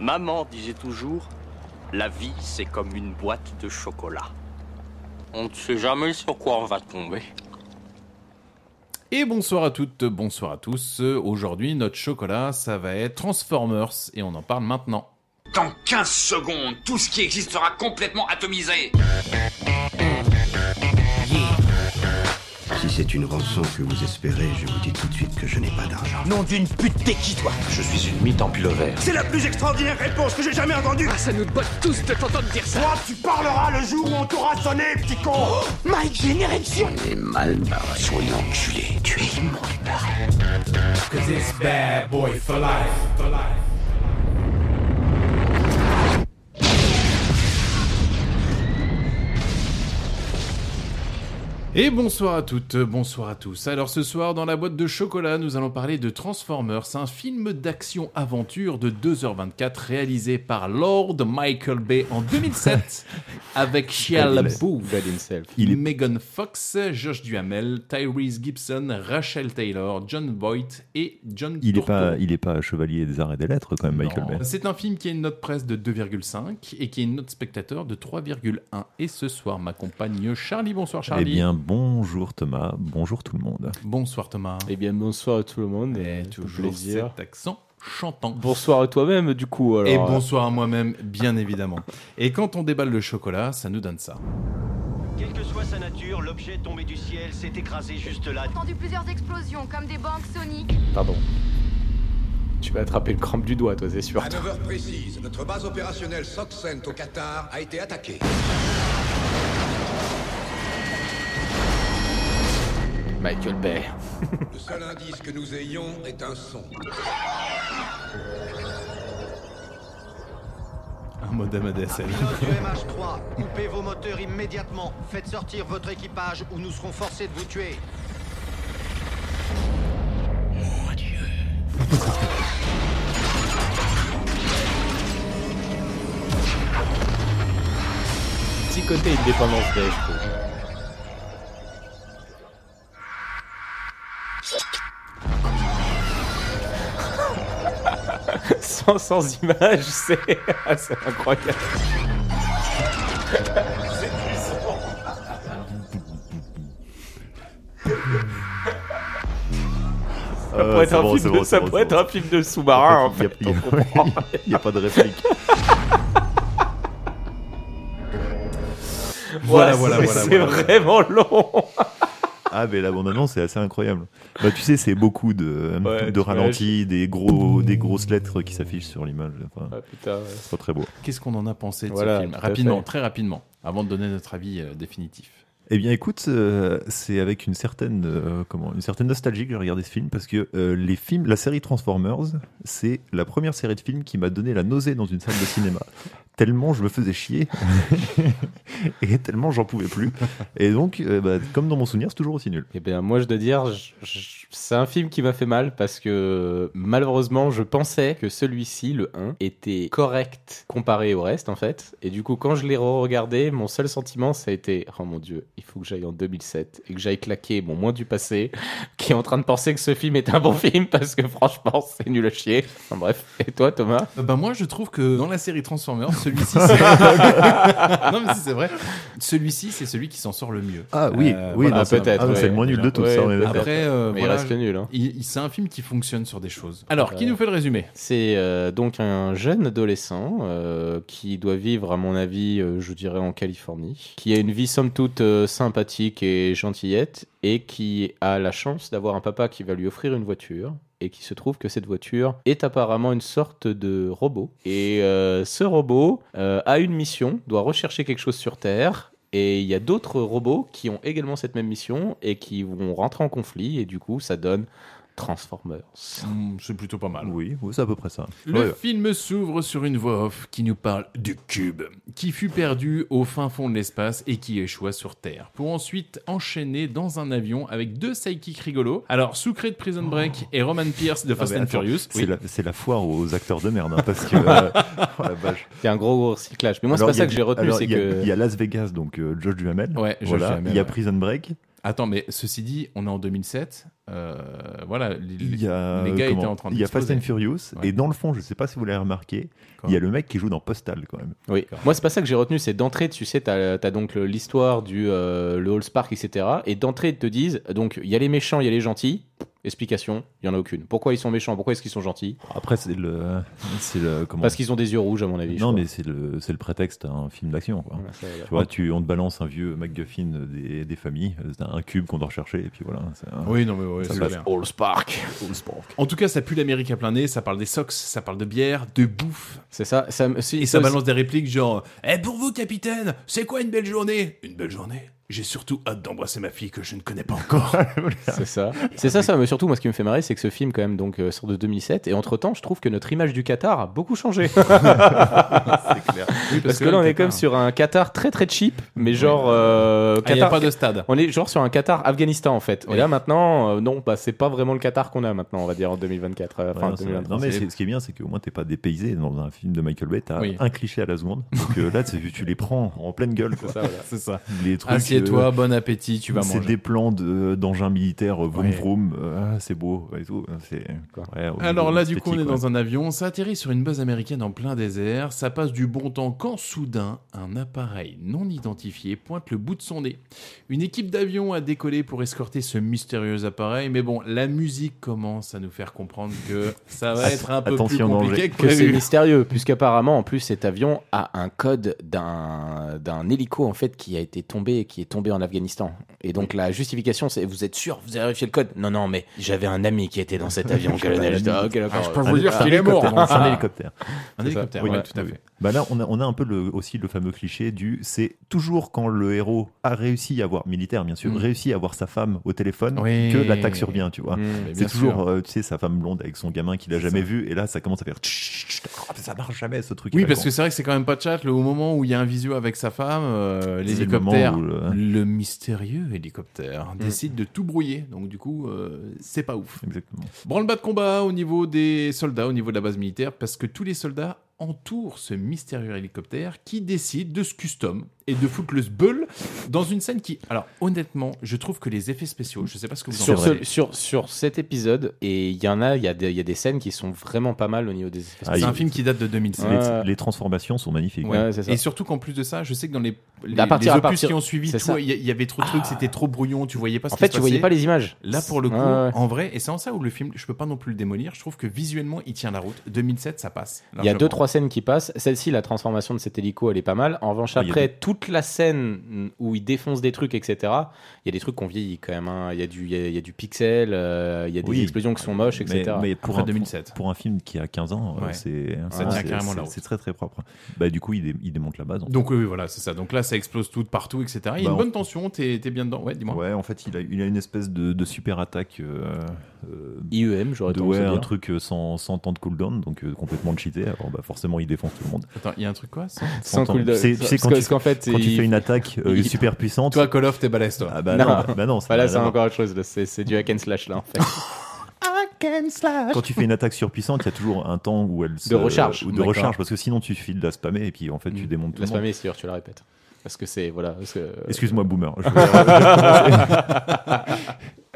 Maman disait toujours, la vie c'est comme une boîte de chocolat. On ne sait jamais sur quoi on va tomber. Et bonsoir à toutes, bonsoir à tous. Euh, Aujourd'hui, notre chocolat, ça va être Transformers et on en parle maintenant. Dans 15 secondes, tout ce qui existe sera complètement atomisé. Si c'est une rançon que vous espérez, je vous dis tout de suite que je n'ai pas d'argent. Nom d'une pute, t'es qui toi Je suis une mythe en pilover. C'est la plus extraordinaire réponse que j'ai jamais entendue Ah, ça nous botte tous de t'entendre dire ça Toi, tu parleras le jour où on t'aura sonné, petit con My Generation Et bonsoir à toutes, bonsoir à tous. Alors ce soir, dans la boîte de chocolat, nous allons parler de Transformers, un film d'action-aventure de 2h24 réalisé par Lord Michael Bay en 2007 avec Shia LaBeouf, Il est- Megan Fox, Josh Duhamel, Tyrese Gibson, Rachel Taylor, John Voight et John Il est Turturro. pas, il est pas chevalier des arts et des lettres quand même, Michael Non. Bay. C'est un film qui a une note presse de 2,5 et qui a une note spectateur de 3,1. Et ce soir, ma compagne Charlie. Bonsoir Eh Charlie. bien, bonjour Thomas, bonjour tout le monde. Bonsoir Thomas. Eh bien, bonsoir à tout le monde. Et euh, toujours plaisir. cet accent chantant. Bonsoir à toi-même, du coup. Alors, euh, Et bonsoir à moi-même, bien évidemment. Et quand on déballe le chocolat, ça nous donne ça. Quelle que soit sa nature, l'objet tombé du ciel s'est écrasé juste là. entendu plusieurs explosions, comme des banques soniques. euh, Pardon. Tu vas attraper le crampe du doigt, toi, c'est sûr. À 9h précise, notre base opérationnelle Soxent au Qatar a été attaquée. Michael Bay. Le seul indice que nous ayons est un son. Un modem ADSL. Pilote du MH3, coupez vos moteurs immédiatement. Faites sortir votre équipage ou nous serons forcés de vous tuer. Petit côté indépendance Day, je trouve. sans, sans image, c'est ah, c'est incroyable. Ça Euh, pourrait être, un, film de, ça pourrait être un film de sous-marin en fait. Il n'y a, pas de réplique. Voilà, Ouah, voilà, c'est- voilà, C'est voilà. vraiment long. Ah, mais la bande-annonce est assez incroyable. Bah, tu sais, c'est beaucoup de, Ouais, de tu ralentis, des, gros, des grosses lettres qui s'affichent sur l'image. Enfin, Ah putain, ouais. c'est pas très beau. Qu'est-ce qu'on en a pensé de Voilà, ce film tout à Rapidement, fait. très rapidement, avant de donner notre avis euh, définitif. Eh bien, écoute, euh, c'est avec une certaine, euh, comment, une certaine nostalgie que j'ai regardé ce film parce que euh, les films, la série Transformers, c'est la première série de films qui m'a donné la nausée dans une salle de cinéma. tellement je me faisais chier et tellement j'en pouvais plus. Et donc, euh, bah, comme dans mon souvenir, c'est toujours aussi nul. Eh bien, moi, je dois dire, je- je- c'est un film qui m'a fait mal parce que malheureusement, je pensais que celui-ci, le 1, était correct comparé au reste, en fait. Et du coup, quand je l'ai re-regardé, mon seul sentiment, ça a été Oh mon dieu, il faut que j'aille en 2007 et que j'aille claquer mon moins du passé qui est en train de penser que ce film est un bon film parce que franchement, c'est nul à chier. Enfin bref. Et toi, Thomas Euh, bah moi je trouve que dans la série Transformers, celui-ci c'est- Non mais si, c'est vrai. Celui-ci c'est celui qui s'en sort le mieux. Ah oui, Euh, oui, voilà, non, c'est- peut-être, ah, non, c'est ouais. le moins nul de tous. Ouais, ça, on est d'accord. peut-être. Après euh, Mais voilà, il reste nul, hein. il- il- c'est un film qui fonctionne sur des choses. Alors, qui Euh, nous fait le résumé C'est euh, donc un jeune adolescent euh, qui doit vivre, à mon avis, euh, je dirais en Californie, qui a une vie somme toute euh, sympathique et gentillette, et qui a la chance d'avoir un papa qui va lui offrir une voiture. Et qui se trouve que cette voiture est apparemment une sorte de robot. Et euh, ce robot euh, a une mission, doit rechercher quelque chose sur Terre. Et il y a d'autres robots qui ont également cette même mission et qui vont rentrer en conflit. Et du coup, ça donne Transformers. Hmm, C'est plutôt pas mal. Oui, oui, c'est à peu près ça. Le Ouais. film s'ouvre sur une voix off qui nous parle du cube, qui fut perdu au fin fond de l'espace et qui échoua sur Terre, pour ensuite enchaîner dans un avion avec deux psychiques rigolos. Alors, Sucré de Prison Break et Roman Pierce de Ah, Fast mais and attends, Furious. C'est Oui. la, c'est la foire aux acteurs de merde, hein, parce que. euh, oh la vache. Il y a un gros, gros recyclage. Mais moi, c'est Alors, pas il y a ça que du- j'ai retenu, alors, c'est il y a- que. Il y a Las Vegas, donc euh, Josh Duhamel. Ouais, Josh Voilà. Duhamel, il y a ouais. Prison Break. Attends, mais ceci dit, on est en 2007. euh, voilà, les, Il y a, les gars comment, étaient en train de il y a Fast and d'exploser. Furious, Ouais. et dans le fond, je sais pas si vous l'avez remarqué, il y a le mec qui joue dans Postal quand même. Oui. Moi, c'est pas ça que j'ai retenu, c'est d'entrée, tu sais, t'as as donc le- l'histoire du euh, le Hall Spark, etc. Et d'entrée, ils te disent, donc, il y a les méchants, il y a les gentils. Explication, il y en a aucune. Pourquoi ils sont méchants Pourquoi est-ce qu'ils sont gentils Après, c'est le. C'est le comment- Parce qu'ils ont des yeux rouges, à mon avis. je Non, crois. mais c'est le, c'est le prétexte à un film d'action. quoi. Voilà, ça, voilà. Tu vois, tu, on te balance un vieux MacGuffin des, des familles, c'est un cube qu'on doit rechercher, et puis voilà. c'est un- Oui, non, mais ouais, Ça c'est passe. clair. All Spark. En tout cas, ça pue l'Amérique à plein nez, ça parle des socks, ça parle de bière, de bouffe. C'est ça. ça me- si- Et ça balance des répliques genre Eh, pour vous, capitaine, c'est quoi une belle journée Une belle journée J'ai surtout hâte d'embrasser ma fille que je ne connais pas encore. C'est ça. C'est ça, ça. Mais surtout, moi, ce qui me fait marrer, c'est que ce film, quand même, donc, euh, sort de 2007. Et entre-temps, je trouve que notre image du Qatar a beaucoup changé. Oui, Parce que là, on est le quand même Qatar- sur un Qatar très, très cheap, mais genre. euh, Ah, il n'y a Qatar- pas de stade. On est genre sur un Qatar-Afghanistan en fait. Oui. Et là maintenant, euh, non, bah, c'est pas vraiment le Qatar qu'on a maintenant, on va dire en 2024. euh, Ouais, enfin, non, c'est vrai. 2023. Non, mais c'est- c'est- ce qui est bien, c'est qu'au moins t'es pas dépaysé dans un film de Michael Bay, t'as Oui. un cliché à la seconde. Donc euh, là, tu tu les prends en pleine gueule. quoi. C'est ça, voilà. C'est ça. Les Ah, trucs, Assieds-toi, euh, bon appétit, tu vas c'est manger. des plans de- d'engins militaires, euh, vroom Ouais. vroom, euh, c'est beau et tout. c'est- ouais, au Alors niveau là, du coup, on est esthétique, dans un avion, ça atterrit sur une base américaine en plein désert, ça passe du bon temps quand soudain, un appareil non identifié pointe le bout de son nez. Une équipe d'avions a décollé pour escorter ce mystérieux appareil, mais bon, la musique commence à nous faire comprendre que ça va Att- être un peu plus attention, danger. compliqué que Que c'est prévu. mystérieux, puisqu'apparemment, en plus, cet avion a un code d'un d'un hélico en fait qui a été tombé, qui est tombé en Afghanistan. Et donc la justification, c'est vous êtes sûr, vous avez vérifié le code Non, non, mais j'avais un ami qui était dans cet avion, colonel. J'étais, Ah, ok, d'accord. Ah, je peux Un vous dire hélicoptère. qu'il est mort. C'est un hélicoptère. Un ça. hélicoptère, Oui, ouais, oui, tout à oui. fait. Bah là, on a, on a un peu le- aussi le fameux cliché du c'est toujours quand le héros a réussi à avoir, militaire bien sûr, Mm. réussi à avoir sa femme au téléphone Oui. que l'attaque survient, tu vois. Hmm. Mais bien C'est sûr. toujours, euh, tu sais, sa femme blonde avec son gamin qu'il a C'est jamais ça. vu, et là, ça commence à faire. tch, tch, tch, oh, Ça marche jamais ce truc. Oui, avec parce on- que c'est vrai que c'est quand même pas de chat. Le, au moment où il y a un visio avec sa femme, euh, c'est le l'hélicoptère, moment le... où le- Mm. mystérieux hélicoptère, décide de tout brouiller. Donc du coup, euh, c'est pas ouf. Exactement. Branle-bas de combat au niveau des soldats, au niveau de la base militaire, parce que tous les soldats entourent ce mystérieux hélicoptère qui décide de se custom et de foutre le sbeul dans une scène qui... Alors honnêtement, je trouve que les effets spéciaux, je sais pas ce que vous en Sur, pensez. ce- sur, sur cet épisode, et il y en a, il y, a des- il y a des scènes qui sont vraiment pas mal au niveau des effets. Ah, C'est il- un film qui date de 2007. les, Ouais. les transformations sont magnifiques. Ouais, c'est ça. Et surtout qu'en plus de ça, je sais que dans les, les, À partir- les à opus partir- qui ont suivi, c'est tu vois, ça. il y, il y avait trop de trucs, Ah. c'était trop brouillon, tu voyais pas ce en qui fait, se tu voyais passait. pas les images. Là, pour le coup, Ouais, ouais. en vrai, et c'est en ça où le film, je peux pas non plus le démolir, je trouve que visuellement, il tient la route. 2007, ça passe. Il y a largement. deux trois scènes qui passent. Celle-ci, la transformation de cet hélico, elle est pas mal. En revanche, Ah, il y a après toute la scène où il défonce des trucs, etc. Il y a des trucs qu'on vieillit quand même. hein. Il y a du, il y a- il y a du pixel, euh, il y a des Oui. explosions qui sont moches, etc. Mais, mais pour, Après un, 2007. pour un film qui a 15 ans, euh, Ouais. c'est Ça ah, tient c'est- carrément la c'est- route. c'est très très propre. Bah, du coup, il, dé- il démonte la base. en Donc oui, oui, voilà, c'est ça. Donc là, ça explose tout de partout, etc. Il y a une Bah, on- bonne tension, t'es t'es bien dedans. Ouais, dis-moi. Ouais, en fait, il a, il a une espèce de, de super attaque. euh, euh, IEM, E j'aurais de, tendance ouais, à un dire. truc euh, sans, sans temps de cooldown, donc euh, complètement cheaté. Alors, bah, forcément, il défonce tout le monde. Attends, il y a un truc quoi ça Sans Sans- cool down. c'est- tu sais, Parce quand que- tu- parce qu'en fait, Quand tu il- fais une attaque euh, il- super puissante. Toi, Call of, t'es balèze, toi. ah bah Non. non, bah non, ça Voilà, n'a c'est rien à encore autre chose. là. C'est c'est du hack and slash là, en fait. Ah, voir. Quand tu fais une attaque surpuissante, il y a toujours un temps où elle se, recharge. ou de D'accord. recharge, parce que sinon tu files la spammer et puis en fait tu Mm. démontes tout La le monde. spammer, c'est sûr, tu la répètes. Parce que c'est voilà. parce que- Excuse-moi, boomer. Je voulais-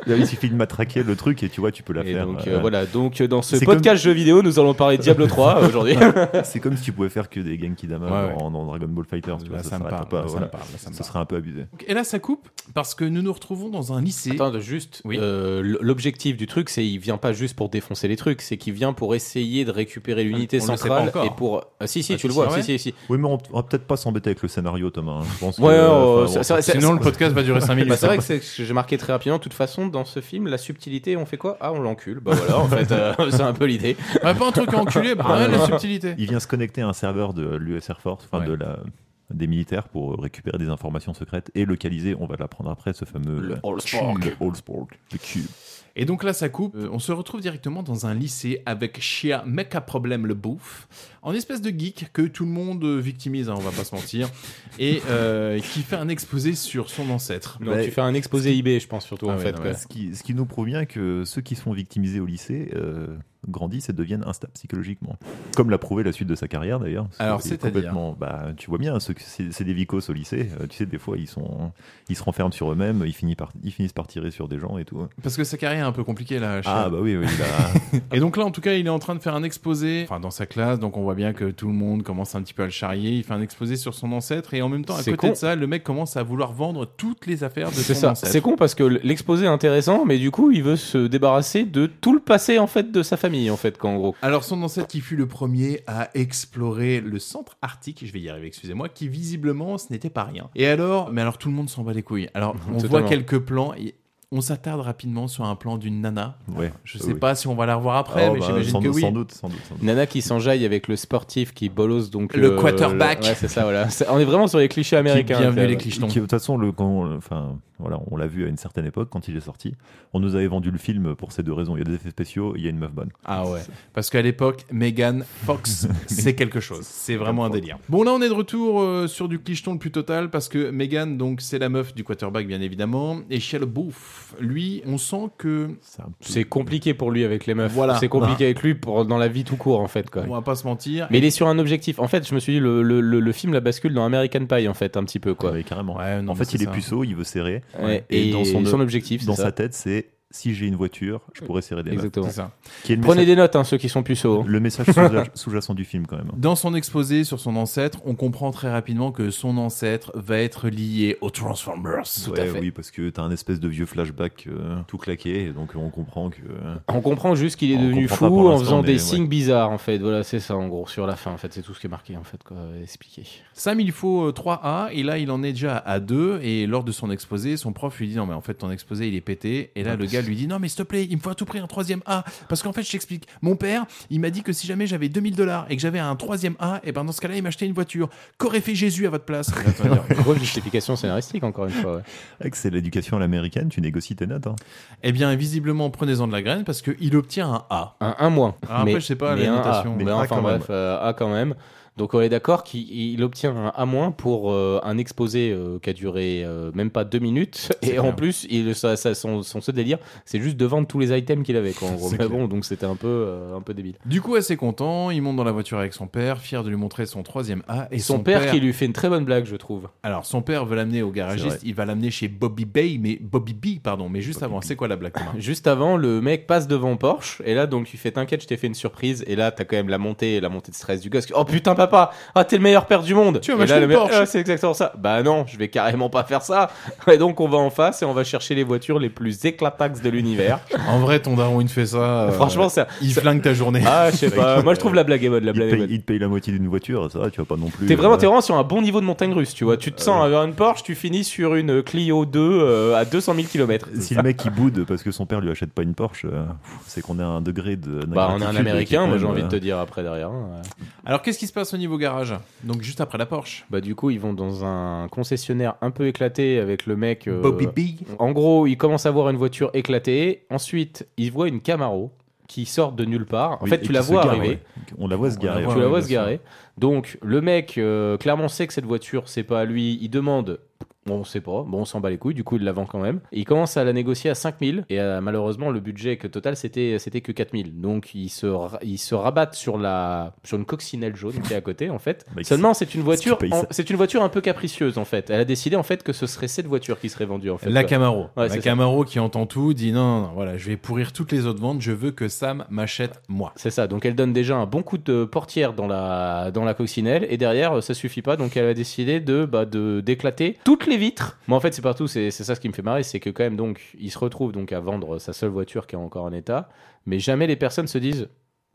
Là, il suffit de matraquer le truc et tu vois, tu peux la Et faire. donc euh, euh, voilà, donc euh, dans ce C'est podcast jeux vidéo, nous allons parler de Diablo 3 aujourd'hui. C'est comme si tu pouvais faire que des Genkidama Ouais, ouais. En, dans Dragon Ball Fighter. tu vois, Là, ça me parle, s'arrête pas, là, ça me voilà. parle, là, ça me Ce parle. serait un peu abusé. Et là, ça coupe parce que nous nous retrouvons dans un lycée. Attends, juste, Oui. euh, l- l'objectif du truc, c'est il vient pas juste pour défoncer les trucs, c'est qu'il vient pour essayer de récupérer l'unité On le sait centrale pas encore. et pour. Ah, si, si, Ah, tu le si, vois, si, ouais. si, si, si. Oui, mais on, on va peut-être pas s'embêter avec le scénario, Thomas. hein. Je pense que, Ouais, ouais, euh, ouais, enfin, c'est- bon, c'est- c'est- Sinon, Ah, le podcast va durer 5 minutes. Bah, c'est vrai que c'est- que j'ai marqué très rapidement. De toute façon, dans ce film, la subtilité, on fait quoi Ah, on l'encule. Bah voilà, en fait, euh, c'est un peu l'idée. Ah, pas un truc à enculer, bah, ouais, la subtilité. il vient se connecter à un serveur de l'US Air Force, enfin Ouais. de la, des militaires, pour récupérer des informations secrètes et localiser. On va l'apprendre après, ce fameux. Le euh, Allspark. Le Allspark, le cube. Et donc là, ça coupe. Euh, on se retrouve directement dans un lycée avec Shia Mec à problème le bouffe, en espèce de geek que tout le monde euh, victimise, hein, on va pas se mentir, et euh, qui fait un exposé sur son ancêtre. Non, tu fais un exposé eBay, je pense surtout Ah en ouais, fait. non, quoi. mais- Ce qui, ce qui nous prouve bien que ceux qui sont victimisés au lycée euh, grandissent et deviennent instables psychologiquement. Comme l'a prouvé la suite de sa carrière d'ailleurs. Parce que Alors, il est c'est-à-dire complètement- bah, Tu vois bien, ceux que- c'est c'est des vicos au lycée. euh, tu sais, des fois, ils, sont, ils se renferment sur eux-mêmes, ils, finissent par- ils finissent par tirer sur des gens et tout. Parce que sa carrière est un peu compliquée là. Shia. Ah bah oui, oui. Là, Et donc là, en tout cas, il est en train de faire un exposé, enfin dans sa classe, donc on voit bien que tout le monde commence un petit peu à le charrier. Il fait un exposé sur son ancêtre, et en même temps, à C'est côté con. de ça, le mec commence à vouloir vendre toutes les affaires de son C'est ça. ancêtre. C'est con parce que l'exposé est intéressant, mais du coup, il veut se débarrasser de tout le passé en fait de sa famille en fait, qu'en gros. Alors, son ancêtre qui fut le premier à explorer le centre arctique, je vais y arriver, excusez-moi, qui visiblement ce n'était pas rien. Et alors, mais alors tout le monde s'en bat les couilles. Alors, Mhm, on voit Totalement. quelques plans, et on s'attarde rapidement sur un plan d'une nana. ouais. bah Je sais Ah Oui. pas si on va la revoir après, Oh, mais bah, j'imagine sans que doute, oui. Sans doute, sans doute. sans doute. Nana qui s'enjaille avec le sportif qui bolosse donc euh, Le quarterback. ouais, c'est ça, voilà. C'est- On est vraiment sur les clichés américains. bienvenue là, les ouais. clichés. Clichetons. Qui, de toute façon, le, quand, enfin, voilà, on l'a vu à une certaine époque quand il est sorti. On nous avait vendu le film pour ces deux raisons. Il y a des effets spéciaux, il y a une meuf bonne. Ah ouais. Parce qu'à l'époque, Megan Fox, c'est quelque chose. C'est vraiment un délire. Bon, là, on est de retour euh, sur du clicheton le plus total parce que Megan, donc, c'est la meuf du quarterback, bien évidemment. Et Shia LaBeouf, lui, on sent que. C'est un peu- C'est compliqué pour lui avec les meufs. Voilà. C'est compliqué avec lui pour dans la vie tout court en fait quoi. On va pas se mentir. Mais il est sur un objectif. En fait, je me suis dit le, le- le- le film la bascule dans American Pie en fait un petit peu quoi. Ouais, carrément. Ouais, non, en mais fait, c'est il est ça. puceau, il veut serrer. Ouais, Et Et, dans dans son- son, objectif, c'est Dans ça. sa tête, c'est si j'ai une voiture, je pourrais serrer des meufs. Exactement. C'est ça. Qui est le Prenez message, des notes hein, ceux qui sont puceaux. hein. le message sous- sous-jacent du film quand même. Dans son exposé sur son ancêtre, on comprend très rapidement que son ancêtre va être lié aux Transformers. Ouais, Oui, parce que t'as un espèce de vieux flashback euh, tout claqué, et donc on comprend que. euh, On comprend juste qu'il est On devenu comprend pas fou pour en l'instant, faisant mais des ouais. signes bizarres en fait. Voilà, c'est ça en gros sur la fin en fait, c'est tout ce qui est marqué en fait quoi, expliqué. Sam, il faut euh, 3A, et là, il en est déjà à 2, et lors de son exposé, son prof lui dit Non, mais en fait, ton exposé, il est pété. Et là, le gars lui dit Non, mais s'il te plaît, il me faut à tout prix un troisième A, parce qu'en fait, je t'explique. Mon père, il m'a dit que si jamais j'avais 2000 dollars et que j'avais un troisième A, et ben dans ce cas-là, il m'achetait une voiture. Qu'aurait fait Jésus à votre place Grosse justification scénaristique encore une fois. ouais. ouais, que c'est l'éducation à l'américaine, tu négocies tes notes. hein. Eh bien, visiblement, prenez-en de la graine, parce qu'il obtient un A. Un, un moins. Ah, après, je sais pas, mais les un A. notations. Mais Mais A enfin quand bref, même. euh, A quand même. Donc on est d'accord qu'il il obtient un A- A- pour euh, un exposé euh, qui a duré euh, même pas deux minutes. Et C'est en clair. plus, il, ça, ça- son, son seul délire, c'est juste de vendre tous les items qu'il avait. Quoi, en gros. C'est Mais clair. bon, donc c'était un peu, euh, un peu débile. Du coup, assez content, il monte dans la voiture avec son père, fier de lui montrer son troisième A. Et son, père, qui lui fait une très bonne blague, je trouve. Alors, son père veut l'amener au C'est garagiste, vrai. il va l'amener chez Bobby Bay, mais Bobby B, pardon, mais juste Bobby avant, B. c'est quoi la blague Thomas Juste avant, le mec passe devant Porsche et là donc tu fais t'inquiète, je t'ai fait une surprise et là t'as quand même la montée, la montée de stress du gosse. Oh putain papa, ah t'es le meilleur père du monde. Tu vas Et m'acheter là, le une mec, Porsche. Ah, c'est exactement ça. Bah non, je vais carrément pas faire ça. Et donc on va en face et on va chercher les voitures les plus éclataxes de l'univers. En vrai, ton daron, il te fait Ah, ça. euh, Franchement c'est il flingue ta journée. ah je sais pas. Moi je trouve la blague est bonne, la Il, blague te est paye, bonne. il te paye la moitié d'une voiture, ça va, tu vas pas non plus. T'es vraiment, euh, t'es vraiment sur un bon niveau de montagne russe, tu vois. Tu te sens avoir une Porsche, tu finis sur une Clio 2 euh, à 200 000 km. Si le mec il boude parce que son père lui achète pas une Porsche, euh, pff, c'est qu'on est à un degré de. Bah on est ingratitude un qui américain, est moi quand j'ai même, envie de te euh, dire après derrière. hein, ouais. Alors, qu'est-ce qui se passe au niveau garage Donc, juste après la Porsche. Bah du coup ils vont dans un concessionnaire un peu éclaté avec le mec. euh, Bobby B. En gros ils commencent à voir une voiture éclatée. Ensuite ils voient une Camaro qui sort de nulle part. En oui, fait et tu qui la se vois gare, arriver. ouais. On la voit se On la garer. voit, Tu ouais. la ouais, vois bien se garer. Donc le mec euh, clairement sait que cette voiture c'est pas à lui. Il demande. Bon, on sait pas. Bon, on s'en bat les couilles. Du coup, il la vend quand même. Et il commence à la négocier à 5000. Et euh, malheureusement, le budget que total, c'était c'était que 4000. Donc, ils se, ra- ils se rabattent sur, la, sur une coccinelle jaune qui est à côté, en fait. Mec, Seulement, c'est une voiture qui paye en- ça c'est une voiture un peu capricieuse, en fait. Elle a décidé, en fait, que ce serait cette voiture qui serait vendue, en fait. La Ouais. Camaro. Ouais, la c'est ça. Camaro qui entend tout, dit non, non, non, voilà, je vais pourrir toutes les autres ventes, je veux que Sam m'achète moi. C'est ça, donc elle donne déjà un bon coup de portière dans la, dans la coccinelle, et derrière, euh, ça suffit pas, donc elle a décidé de bah, de- d'éclater toutes les vitres. Mais en fait, c'est partout, c'est c'est ça ce qui me fait marrer, c'est que quand même, donc, il se retrouve donc à vendre sa seule voiture qui est encore en état, mais jamais les personnes se disent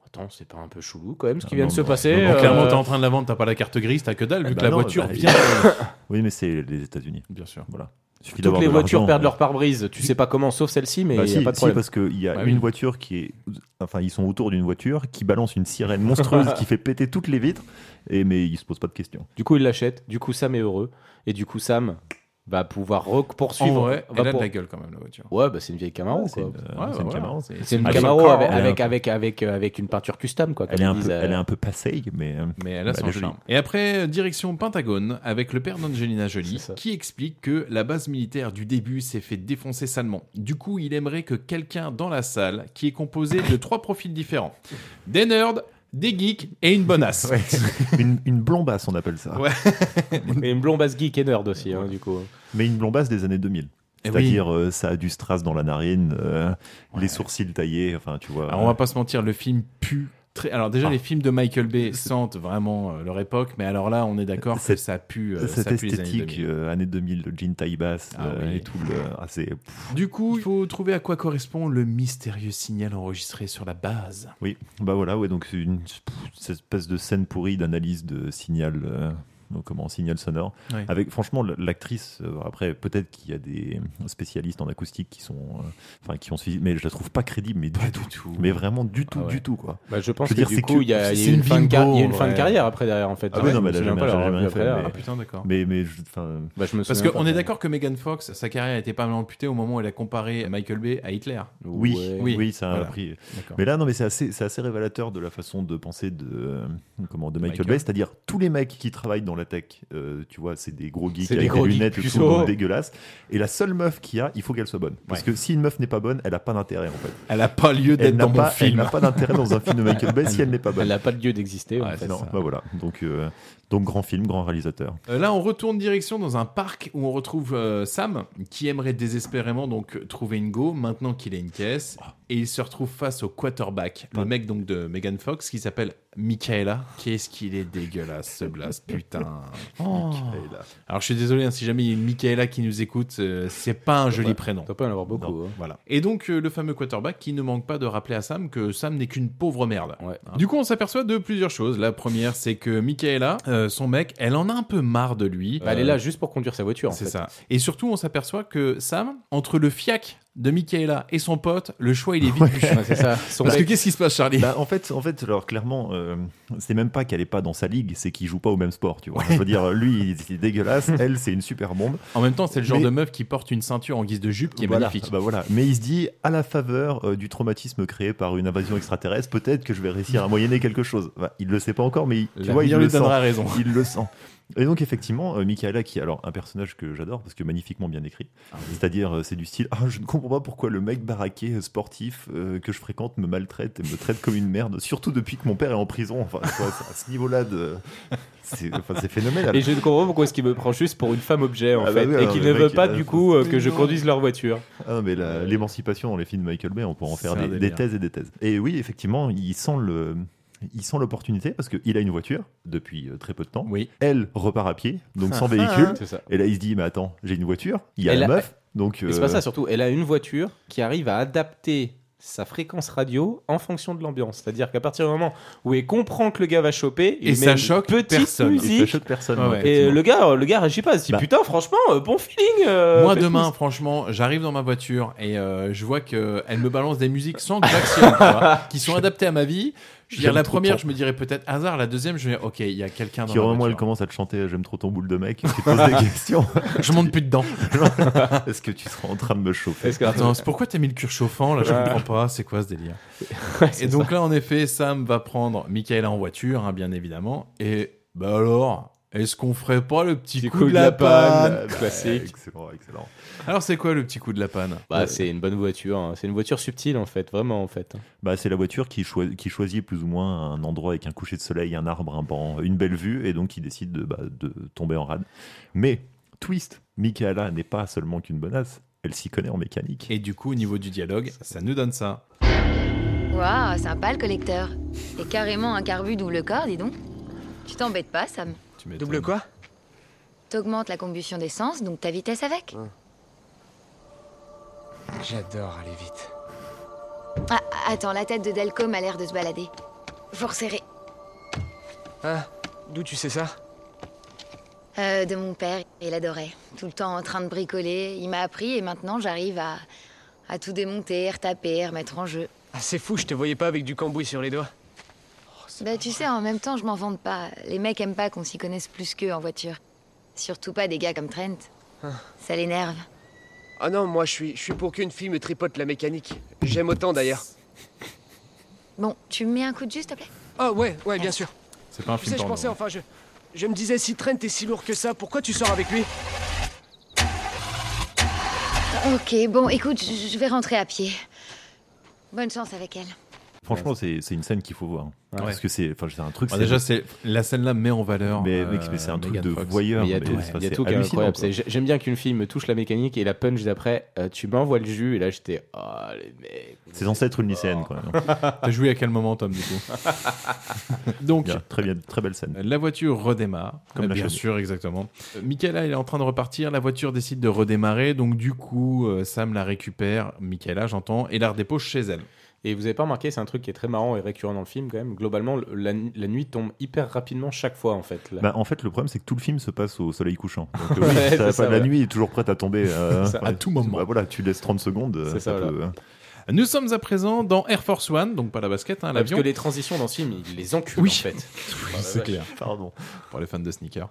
Attends, c'est pas un peu chelou quand même ce Ah, qui vient non, de se non, passer non, non, Donc, euh, Eh ben clairement, t'es en train de la vendre, t'as pas la carte grise, t'as que dalle, vu bah que la non, voiture bah, vient. Oui, mais c'est les États-Unis. Bien sûr. Voilà. Il suffit Toutes d'avoir les de voitures l'argent, perdent euh, leur pare-brise, tu sais pas comment, sauf celle-ci, mais il bah n'y si, a pas de si, problème. parce qu'il y a Bah oui. une voiture qui est. Enfin, ils sont autour d'une voiture qui balance une sirène monstrueuse qui fait péter toutes les vitres, et, mais ils se posent pas de questions. Du coup, il l'achète, du coup, Sam est heureux, et du coup, Sam va pouvoir rec- En poursuivre. vrai, va elle a de pour- la gueule quand même la voiture. Ouais, bah c'est une vieille Camaro, quoi. Ah, Ouais, bah c'est une voilà. Camaro. C'est une Ah, Elle est- Camaro avec, elle est un avec, peu- avec, avec, euh, avec une peinture custom, quoi. comme Elle est un ils peu, disent, euh, elle est un peu passée, mais euh, Mais elle a bah, son elle est jolie. charme. Et après, euh, direction Pentagone, avec le père d'Angelina Jolie, C'est ça. qui explique que la base militaire du début s'est fait défoncer salement. Du coup, il aimerait que quelqu'un dans la salle, qui est composé de trois profils différents, des nerds, des geeks et une bonasse. une, une blombasse, on appelle ça. Ouais. mais euh, une blombasse geek et nerd aussi, hein, du coup. Mais une blombasse des années 2000. Eh oui. C'est-à-dire, euh, ça a du strass dans la narine, euh, les sourcils taillés, enfin, tu vois. Alors, Ah, on va pas se mentir, le film pue. Très... Alors déjà, Ah. les films de Michael Bay sentent vraiment euh, leur époque, mais alors là, on est d'accord que Cette- ça pue, euh, cette ça pue les années esthétique, 2000. euh, années 2000, le jean taille basse Ah euh, oui. et tout. Le, ah, c'est- pff, Du coup, il faut trouver à quoi correspond le mystérieux signal enregistré sur la base. oui, bah voilà, ouais, donc c'est une pff, cette espèce de scène pourrie d'analyse de signal, euh, donc comment, signal sonore. Ouais. Avec, franchement, l- l'actrice, euh, après, peut-être qu'il y a des spécialistes en acoustique qui sont. euh, Enfin, qui ont suivi, mais je la trouve pas crédible, mais du tout. Mais vraiment du tout, Ah ouais. du tout, quoi. Bah, je Je pense veux que dire, du c'est coup, que- il y a, il y a c'est une, une fin, de bingo, car- il y a une fin de ouais. carrière après derrière, en fait. Ah ouais, non, mais je elle a me souviens jamais- pas elle a l'avoir jamais vu fait, après derrière. mais- Ah putain, d'accord. Mais, mais je- enfin, Bah, je me Parce souviens qu'on pas. est d'accord que Megan Fox, sa carrière était pas mal amputée au moment où elle a comparé Michael Bay à Hitler. oui, Ouais. oui, Oui, ça a voilà. pris. D'accord. Mais là, non, mais c'est assez, c'est assez révélateur de la façon de penser de, euh, comment, de Michael, Michael. Bay, c'est-à-dire tous les mecs qui travaillent dans la tech, euh, tu vois, c'est des gros geeks C'est des avec des, gros geeks lunettes et tout, puceaux. donc dégueulasses. Et la seule meuf qu'il y a, il faut qu'elle soit bonne. Parce que si une meuf n'est pas bonne, elle n'a pas d'intérêt en fait. Elle a pas lieu Elle d'être n'a dans mon pas, elle n'a film. pas d'intérêt dans un film de Michael Bay si elle n'est pas Elle bonne. n'a pas de lieu d'exister. en Ouais, fait. c'est Non, ça. bah voilà. Donc, euh, donc grand film, grand réalisateur. Euh, Là, on retourne direction dans un parc où on retrouve euh, Sam, qui aimerait désespérément donc trouver une go maintenant qu'il a une caisse, et il se retrouve face au quarterback, le mec donc de Megan Fox qui s'appelle Michaela. Qu'est-ce qu'il est dégueulasse ce blast, putain. Oh. Et là, Alors je suis désolé hein, si jamais il y a une Michaela qui nous écoute, euh, c'est pas un joli Ouais. prénom. T'as pas en avoir beaucoup. hein. Voilà. Et donc euh, le fameux quarterback qui ne manque pas de rappeler à Sam que Sam n'est qu'une pauvre merde. Ouais. Hein. Du coup, on s'aperçoit de plusieurs choses. La première, c'est que Michaela, euh, son mec, elle en a un peu marre de lui. Bah, elle Euh, est là juste pour conduire sa voiture. en C'est fait. ça. Et surtout, on s'aperçoit que Sam, entre le fiac de Michaela et son pote, le choix il est vite bûché. Ouais, c'est ça. Son Parce que mec- qu'est-ce qui se passe, Charlie Bah, en fait, en fait, alors clairement, euh, c'est même pas qu'elle est pas dans sa ligue, c'est qu'il joue pas au même sport, tu vois. Je veux dire, lui, il est dégueulasse, elle, c'est une super bombe. En même temps, c'est le genre Mais- de meuf qui porte une ceinture en guise de jupe qui est Voilà, magnifique. Bah voilà. Mais il se dit, à la faveur euh, du traumatisme créé par une invasion extraterrestre, peut-être que je vais réussir à moyenner quelque chose. Bah, il le sait pas encore, mais il, tu La vois, il vie le lui sent. donnera raison. Il le sent. Et donc effectivement, euh, Michaela, qui est alors un personnage que j'adore parce que magnifiquement bien écrit, Ah c'est-à-dire euh, c'est du style, ah, je ne comprends pas pourquoi le mec baraqué euh, sportif euh, que je fréquente me maltraite et me traite comme une merde, surtout depuis que mon père est en prison. Enfin, tu vois, c'est à ce niveau-là, de... c'est enfin, c'est phénoménal. Et je ne comprends pas pourquoi est-ce qu'il me prend juste pour une femme objet en Ah bah fait oui, et alors, qu'il le ne mec, veut pas euh, du coup euh, que je conduise leur voiture. Ah non, mais la- l'émancipation dans les films de Michael Bay, on peut en Euh, C'est faire un des, délire. des thèses et des thèses. Et oui, effectivement, il sent le. Il sent l'opportunité parce qu'il a une voiture depuis euh, très peu de temps. Oui. Elle repart à pied, donc sans véhicule. C'est ça. Et là, il se dit Mais attends, j'ai une voiture, il y a Elle la a- meuf. Donc, Mais c'est euh, pas ça surtout. Elle a une voiture qui arrive à adapter sa fréquence radio en fonction de l'ambiance. C'est-à-dire qu'à partir du moment où elle comprend que le gars va choper, il Et met ça une choque petite personne. il se musique. choque personne. Ouais, ouais, ouais. Et effectivement. le gars, le gars réagit pas. Il se dit Bah. putain, franchement, euh, bon feeling. euh, Moi mais demain, tout. franchement, j'arrive dans ma voiture et euh, je vois que elle me balance des musiques sans que j'actionne, tu vois, qui sont adaptées à ma vie. Je veux dire, J'aime la trop première, ton- je me dirais peut-être hasard. La deuxième, je vais dire, ok, il y a quelqu'un dans Puis au la moment où elle voiture. commence à te chanter J'aime trop ton boule de mec, tu te poses des questions. Je monte plus dedans. Est-ce que tu seras en train de me chauffer Est-ce que- Attends, c'est pourquoi t'as mis le cure chauffant là Je comprends pas. C'est quoi ce délire Ouais, c'est Et donc là, en effet, Sam va prendre Michaela en voiture, hein, bien évidemment. Et bah alors, est-ce qu'on ferait pas le petit Petit coup, de la panne, classique. Ah, bah, Excellent, excellent. Alors c'est quoi le petit coup de la panne Euh, Bah, c'est une bonne voiture. hein. C'est une voiture subtile en fait, vraiment en fait. Bah, c'est la voiture qui, choi- qui choisit plus ou moins un endroit avec un coucher de soleil, un arbre, un banc, une belle vue, et donc qui décide de, bah, de tomber en rade. Mais, twist, Michaela n'est pas seulement qu'une bonasse, elle s'y connaît en mécanique. Et du coup, au niveau du dialogue, ça nous donne ça. Waouh, sympa le collecteur. Et carrément un carbu double corps, dis donc. Tu t'embêtes pas, Sam. Tu m'étonnes. Double quoi T'augmentes la combustion d'essence, donc ta vitesse avec. Ah. J'adore aller vite. Ah, attends, la tête de Delcom a l'air de se balader. Faut resserrer. Hein D'où tu sais ça Euh, de mon père, il adorait. Tout le temps en train de bricoler. Il m'a appris et maintenant j'arrive à, à tout démonter, retaper, remettre en jeu. Ah, C'est fou, je te voyais pas avec du cambouis sur les doigts. Bah, tu sais, en même temps, je m'en vante pas. Les mecs aiment pas qu'on s'y connaisse plus qu'eux en voiture. Surtout pas des gars comme Trent. Ça l'énerve. Ah non, moi je suis, je suis pour qu'une fille me tripote la mécanique. J'aime autant d'ailleurs. Bon, tu me mets un coup de jus, s'il te plaît Ah ouais, ouais, bien sûr. C'est pas un Tu sais, film je porno. pensais, enfin, je, je me disais, si Trent est si lourd que ça, pourquoi tu sors avec lui Ok, bon, écoute, je je vais rentrer à pied. Bonne chance avec elle. Franchement, c'est c'est une scène qu'il faut voir. Parce que c'est enfin, c'est un truc. Bah, Ah, déjà, c'est la scène-là met en valeur. Mais, euh, mec, mais c'est un truc Megan de Fox. voyeur. Mais il y a mais tout, c'est- il y a c'est tout qui est hallucinant, incroyable. quoi. C'est- j'ai- J'aime bien qu'une fille me touche la mécanique et la punch d'après, euh, tu m'envoies le jus et là j'étais, oh les mecs. C'est censé être une lycéenne, quoi. T'as joué à quel moment, Tom, du coup Donc, Bien, très bien, très belle scène. la voiture redémarre. Comme Eh la bien chenille. sûr, exactement. Euh, Michaela, elle est en train de repartir. La voiture décide de redémarrer. Donc, du coup, euh, Sam la récupère. Michaela, j'entends, et la redépose chez elle. Et vous avez pas remarqué, c'est un truc qui est très marrant et récurrent dans le film quand même. Globalement, le- la, nu- la nuit tombe hyper rapidement chaque fois en fait. là. Bah, en fait, le problème, c'est que tout le film se passe au soleil couchant. Donc, euh, Ouais, oui, c'est ça va ça, pas- la ouais. nuit est toujours prête à tomber. euh, Ça, à tout moment. Bah, voilà, tu laisses 30 secondes. euh, C'est ça, voilà. peut, euh, Nous sommes à présent dans Air Force One, donc pas la basket, hein, Ouais, parce l'avion. que les transitions dans ce film, ils les enculent Oui. en fait. Oui, c'est clair. Pardon. Pour les fans de sneakers.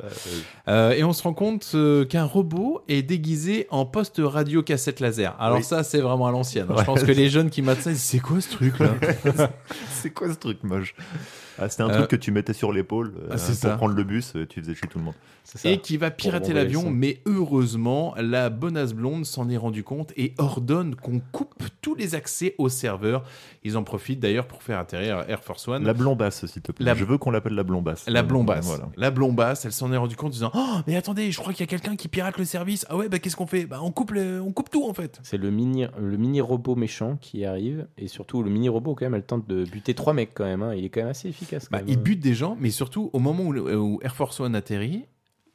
Euh, et on se rend compte euh, qu'un robot est déguisé en poste radio cassette laser. Alors Oui. ça, c'est vraiment à l'ancienne. Je Ouais. pense que les jeunes qui matent ça, ils disent, c'est quoi ce truc là C'est quoi ce truc moche Ah, C'était un Euh, truc que tu mettais sur l'épaule euh, ah, c'est pour ça. prendre le bus, euh, tu faisais chez tout le monde. C'est ça. Et qui va pirater bombarder les l'avion, sons. mais heureusement, la bonasse blonde s'en est rendue compte et ordonne qu'on coupe tous les accès au serveur. Ils en profitent d'ailleurs pour faire atterrir Air Force Ah, One. La blombasse, s'il te plaît. La- Je veux qu'on l'appelle la blombasse. La blombasse. Voilà. La blombasse, elle s'en est rendue compte en disant Oh, mais attendez, je crois qu'il y a quelqu'un qui pirate le service. Ah ouais, bah qu'est-ce qu'on fait Bah on coupe, le- on coupe tout en fait. C'est le mini, le mini robot méchant qui arrive et surtout le mini robot quand même, elle tente de buter trois mecs quand même. hein. Il est quand même assez efficace. Quand Bah, même, il hein. bute des gens, mais surtout au moment où, le- où Air Force One atterrit,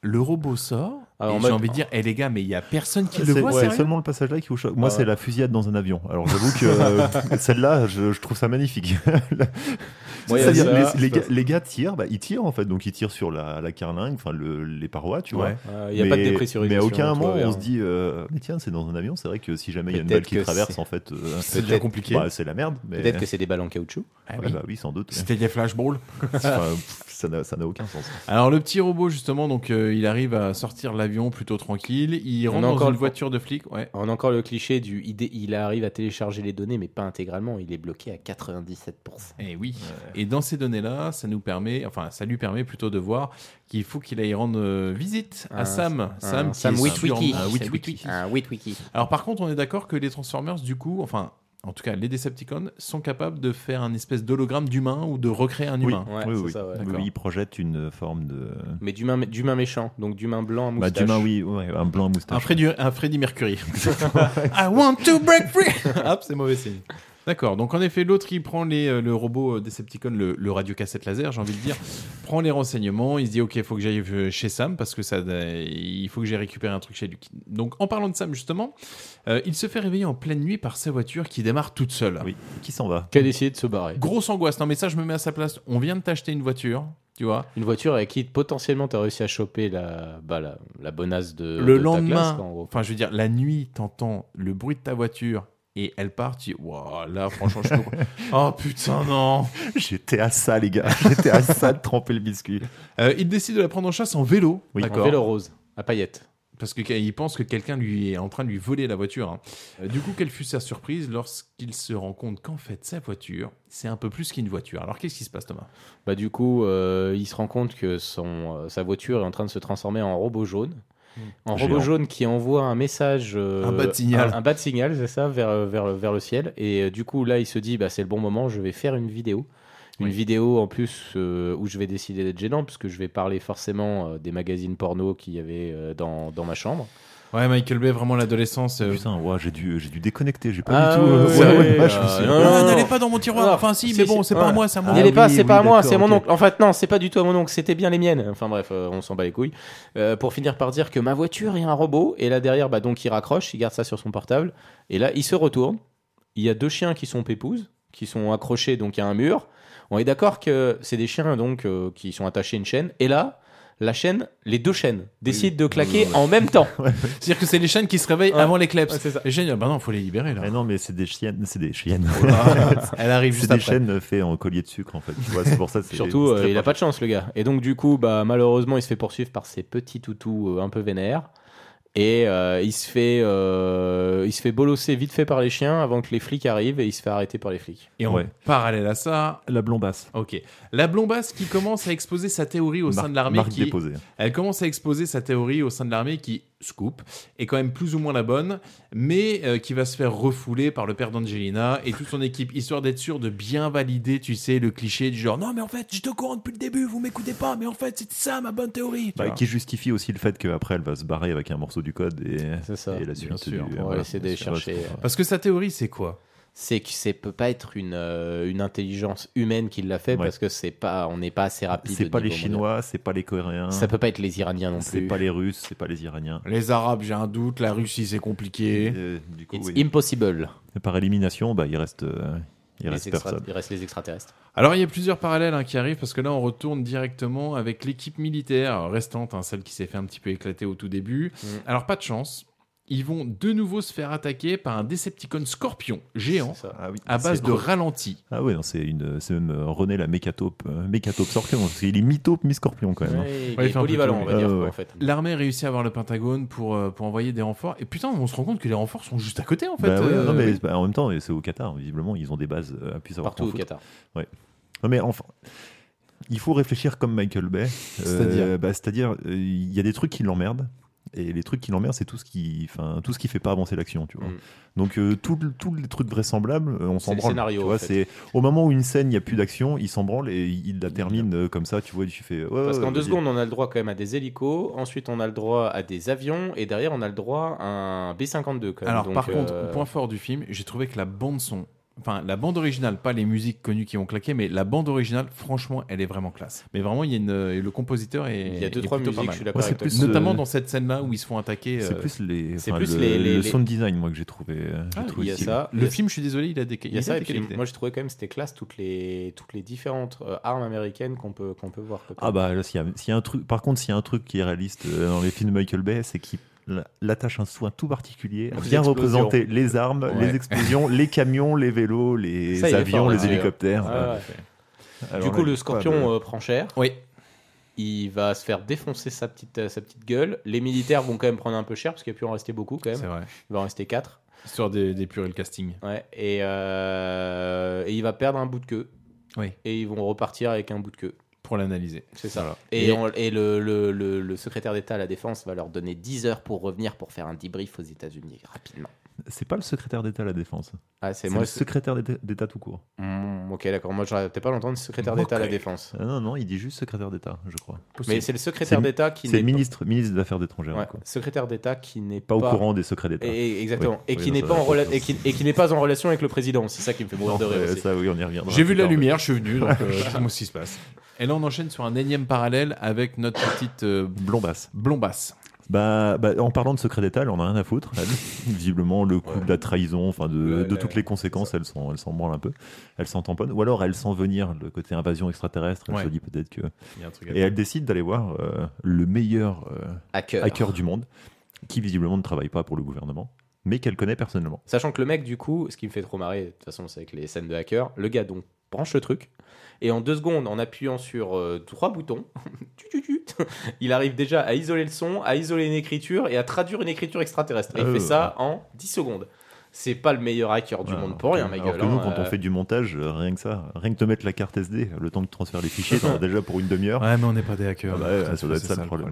le robot sort. Ah, et en j'ai mode- envie de dire, Eh les gars, mais il y a personne qui le C'est voit, ouais, sérieux seulement le passage là qui vous choque. Moi, Ah ouais. c'est la fusillade dans un avion. Alors, j'avoue que euh, celle-là, je, je trouve ça magnifique. Moi, il y a C'est-à-dire, ça. les, les gars, les gars tirent, bah, ils tirent en fait, donc ils tirent sur la, la carlingue, enfin le- les parois, tu vois. Ouais. Euh, Il n'y a Mais- pas de dépressurisation. Mais à aucun tout moment, va bien. on se dit, euh, mais tiens, c'est dans un avion, c'est vrai que si jamais il y a une Peut-être balle qui que traverse, c'est- en fait, euh, C'est peut-être- déjà compliqué. bah, c'est la merde. Mais... Peut-être que c'est des balles en caoutchouc. Ah Ouais, oui. bah oui, sans doute. C'était des flashballs. Enfin, pff, ça n'a ça n'a aucun sens. Alors le petit robot justement, donc euh, il arrive à sortir l'avion plutôt tranquille. Il On rentre a dans encore une le- voiture de flic. Ouais. On a encore le cliché du il, dé- il arrive à télécharger les données, mais pas intégralement. Il est bloqué à 97%. Et Eh oui. Et dans ces données-là, ça nous permet, enfin, ça lui permet plutôt de voir qu'il faut qu'il aille rendre euh, visite à Un- Sam. Sam, un qui Ah, Sam est Witwicky. Ah. sur- un Witwicky. Un Witwicky. Alors par contre, on est d'accord que les Transformers, du coup, enfin, en tout cas, les Decepticons sont capables de faire un espèce d'hologramme d'humain ou de recréer un humain. Ouais, oui, c'est oui. ça, ouais. Oui, D'accord. il projette une forme de. Mais d'humain, d'humain méchant, donc d'humain blanc à Bah, moustache. d'humain, oui, ouais, un blanc à Un moustache. Freddy, un Freddie Mercury. I want to break free. Hop, c'est mauvais signe. D'accord. Donc en effet, l'autre il prend les, euh, le robot euh, Decepticon, le, le radio cassette laser, j'ai envie de dire, prend les renseignements. Il se dit ok, il faut que j'aille euh, chez Sam parce que ça, euh, il faut que j'aille récupérer un truc chez lui. Donc en parlant de Sam justement, euh, il se fait réveiller en pleine nuit par sa voiture qui démarre toute seule. Oui, qui s'en va Qui a décidé de se barrer. Grosse angoisse. Non mais ça, je me mets à sa place. On vient de t'acheter une voiture, tu vois. Une voiture avec qui potentiellement t'as réussi à choper la, bah, la, la bonasse de. le de ta lendemain, classe, quoi, en gros. enfin je veux dire, la nuit, t'entends le bruit de ta voiture et elle part, tu dis, Ouah, là franchement, je comprends. oh putain, non J'étais à ça, les gars. J'étais à ça de tremper le biscuit. Euh, Il décide de la prendre en chasse en vélo, Oui, en Un d'accord vélo rose, à paillettes. Parce qu'il pense que quelqu'un lui est en train de lui voler la voiture. hein. Euh, Du coup, quelle fut sa surprise lorsqu'il se rend compte qu'en fait, sa voiture, c'est un peu plus qu'une voiture. Alors qu'est-ce qui se passe, Thomas Bah, du coup, euh, il se rend compte que son, euh, sa voiture est en train de se transformer en robot jaune. En Géant. robot jaune qui envoie un message. euh, Mmh. Un bas de signal. Un, un bas de signal, c'est ça, vers, euh, vers, vers le ciel. Et euh, du coup, là, il se dit, bah, c'est le bon moment, je vais faire une vidéo. Une Oui. vidéo en plus euh, où je vais décider d'être gênant, puisque je vais parler forcément euh, des magazines porno qu'il y avait euh, dans, dans ma chambre. Ouais, Michael Bay, vraiment l'adolescence. euh, Putain, ouah, j'ai dû, j'ai dû déconnecter. J'ai pas Ah du tout. ouais, euh, ouais, ouais, ouais, je me Ah, suis- euh, non, non, non. N'allez pas dans mon tiroir. Non, enfin, si, si, mais bon, si, c'est pas à ouais. moi, c'est à Ah moi. N'y allez pas, oui, c'est oui, pas à moi, d'accord, c'est mon ok. oncle. En fait, non, c'est pas du tout à mon oncle, c'était bien les miennes. Enfin bref, euh, on s'en bat les couilles. Euh, pour finir par dire que ma voiture est un robot, et là derrière, bah, donc il raccroche, il garde ça sur son portable, et là il se retourne. Il y a deux chiens qui sont pépouses, qui sont accrochés donc à un mur. On est d'accord que c'est des chiens donc euh, qui sont attachés à une chaîne, et là. La chaîne, les deux chaînes décident de claquer en même temps. C'est-à-dire que c'est les chaînes qui se réveillent Ouais. avant l'éclipse. Ouais, c'est ça. Les chaînes, ah, bah non, faut les libérer là. Ah non, mais c'est des chiennes. C'est des chiennes. Oh, ah, Elle arrive C'est juste des après. chaînes faites en collier de sucre, en fait. Tu vois, c'est pour ça. c'est- Surtout, c'est euh, très il a pas de chance, le gars. Et donc, du coup, bah, malheureusement, il se fait poursuivre par ses petits toutous euh, un peu vénères. Et euh, il, se fait, euh, il se fait bolosser vite fait par les chiens avant que les flics arrivent et il se fait arrêter par les flics. Et en parallèle à ça, la blombasse. Ok. La blombasse qui commence à exposer sa théorie au sein de l'armée. Marc qui- déposé. Elle commence à exposer sa théorie au sein de l'armée qui, scoop, est quand même plus ou moins la bonne, mais euh, qui va se faire refouler par le père d'Angelina et toute son équipe, histoire d'être sûr de bien valider, tu sais, le cliché du genre non mais en fait j'étais au courant depuis le début, vous m'écoutez pas, mais en fait c'était ça ma bonne théorie. tu Bah, vois. qui justifie aussi le fait qu'après elle va se barrer avec un morceau du code et, C'est ça. et la suite. Bien sûr, du- On va voilà. essayer de les chercher. euh, Parce que sa théorie c'est quoi c'est que c'est peut pas être une, euh, une intelligence humaine qui l'a fait Ouais. parce que c'est pas on n'est pas assez rapide. C'est au pas les niveau mondial. Chinois, c'est pas les Coréens, Ça peut pas être les Iraniens non c'est plus. pas les Russes, c'est pas les Iraniens. Les Arabes, j'ai un doute, la Russie c'est compliqué. Euh, du coup, It's oui. impossible. Par élimination, bah, il reste, euh, il Les reste extra- personne. il reste les extraterrestres. Alors il y a plusieurs parallèles hein, qui arrivent parce que là on retourne directement avec l'équipe militaire restante, hein, celle qui s'est fait un petit peu éclater au tout début. Mm. Alors pas de chance, ils vont de nouveau se faire attaquer par un Decepticon scorpion géant C'est ça. Ah oui, à base c'est de drôle. ralenti. Ah oui, non, c'est une, c'est même euh, René la mécatope, euh, mécatope scorpion. Parce qu'il est mythope mi-scorpion quand même. hein. Ouais, il Ouais, il est fait un peu polyvalent tout, on va lui. dire Ah, quoi, ouais. en fait. L'armée réussit à avoir le Pentagone pour, euh, pour envoyer des renforts. Et putain, on se rend compte que les renforts sont juste à côté en fait. Bah ouais, euh, non, mais c'est- bah, en même temps, c'est au Qatar, visiblement, ils ont des bases euh, à plus savoir Partout qu'en au foot. Qatar. Non, mais enfin, il faut réfléchir comme Michael Bay. Euh, C'est-à-dire bah, C'est-à-dire, euh, il y a des trucs qui l'emmerdent. Et les trucs qui l'emmerdent, c'est tout ce qui, enfin, tout ce qui fait pas avancer l'action, tu vois. Mm. Donc euh, tout le- tous les trucs vraisemblables, euh, on C'est s'en le branle. scénario, tu en vois, fait. c'est au moment où une scène, il y a plus d'action, il s'en branle et il la termine euh, comme ça, tu vois, tu fais. ouais, Parce ouais, Euh, qu'en deux vas-y. secondes, on a le droit quand même à des hélicos, ensuite on a le droit à des avions, et derrière on a le droit à un B-52. quand même. Alors Donc, par contre, euh, point fort du film, j'ai trouvé que la bande son, enfin la bande originale, pas les musiques connues qui ont claqué, mais la bande originale, franchement, elle est vraiment classe. Mais vraiment, il y a une, et le compositeur est il y a deux est trois plutôt musiques, pas je mal. suis Ouais, d'accord c'est avec toi. plus, Notamment euh, dans cette scène-là où ils se font attaquer. C'est euh, plus les, c'est enfin, plus le, les- les- le les- sound design, moi, que j'ai trouvé. euh, que Ah, j'ai trouvé Il y a stylé. ça. il y Le a- film, je suis désolé, il a des Il y a ça et des puis les- qualités. moi je trouvais quand même c'était classe toutes les toutes les différentes euh, armes américaines qu'on peut qu'on peut voir. quoi. Ah bah là, s'il y a- s'il y a un truc, par contre, s'il y a un truc qui est réaliste euh, dans les films de Michael Bay, c'est qu'il l- attache un soin tout particulier à Les bien explosions. représenter les armes, Ouais. les explosions, les camions, les vélos, les Ça, il est avions, fort, les là-dessus. hélicoptères. Euh, Ah ouais. Alors du coup là, le scorpion ouais, bah, euh, prend cher, Oui. il va se faire défoncer sa petite euh, sa petite gueule. Les militaires vont quand même prendre un peu cher parce qu'il a pu en rester beaucoup quand C'est même. vrai. Il va en rester 4 Histoire d'é- d'épurer le casting. Ouais. Et, euh, et il va perdre un bout de queue. Oui. Et ils vont repartir avec un bout de queue. Pour l'analyser. C'est ça. Voilà. Et, Et- on- et le, le- le- le secrétaire d'État à la Défense va leur donner 10 heures pour revenir pour faire un debrief aux États-Unis rapidement. C'est pas le secrétaire d'État à la défense. Ah, c'est C'est euh, moi. le c'est- secrétaire d'État- d'État tout court. Mm, ok, d'accord. Moi, j'aurais peut-être pas l'entendre secrétaire d'État à la Ok. Défense. Ah non, non, il dit juste secrétaire d'État, je crois. Mais c'est le secrétaire C'est- d'État qui C'est n'est ministre, ministre des Affaires étrangères. pas, ouais, quoi. secrétaire d'État qui n'est Pas, au courant des secrets d'État. Et, et- exactement. Oui, et qui oui, n'est non, pas ça, en je rela- pense. et qui, et qui n'est pas en relation avec le président. C'est ça qui me fait mourir Non, de rire. euh, aussi. ça, oui, on y reviendra. bah, J'ai vu plus la tard, mais- lumière, je suis venu, donc euh, dites-moi ce qui se passe. Et là, on enchaîne sur un énième parallèle avec notre petite euh, Blombasse. blombasse. Bah, bah, en parlant de secret d'État, elle en a rien à foutre. elle. Visiblement, le coup de la trahison, enfin de, de toutes les conséquences, elle s'en, elle s'en branle un peu. Elle s'en tamponne. Ou alors, elle sent venir le côté invasion extraterrestre. Elle Ouais. se dit peut-être que. Il y a un truc à Et elle décide d'aller voir euh, le meilleur euh, Hacker. hacker du monde, qui visiblement ne travaille pas pour le gouvernement, mais qu'elle connaît personnellement. Sachant que le mec, du coup, ce qui me fait trop marrer, de toute façon, c'est avec les scènes de hacker, le gars donc branche le truc. Et en deux secondes, en appuyant sur euh, trois boutons, tu, tu, tu, il arrive déjà à isoler le son, à isoler une écriture et à traduire une écriture extraterrestre. Et il Euh, fait ça en 10 secondes. C'est pas le meilleur hacker du Voilà. monde pour rien, ma Alors gueule. que nous, hein, quand euh, on fait du montage, euh, rien que ça, rien que te mettre la carte SD, le temps que tu transfères les fichiers, t'en as déjà pour une demi-heure. Ouais, mais on n'est pas des hackers. hein, Ah bah ouais, Putain, ça doit c'est être ça, le problème,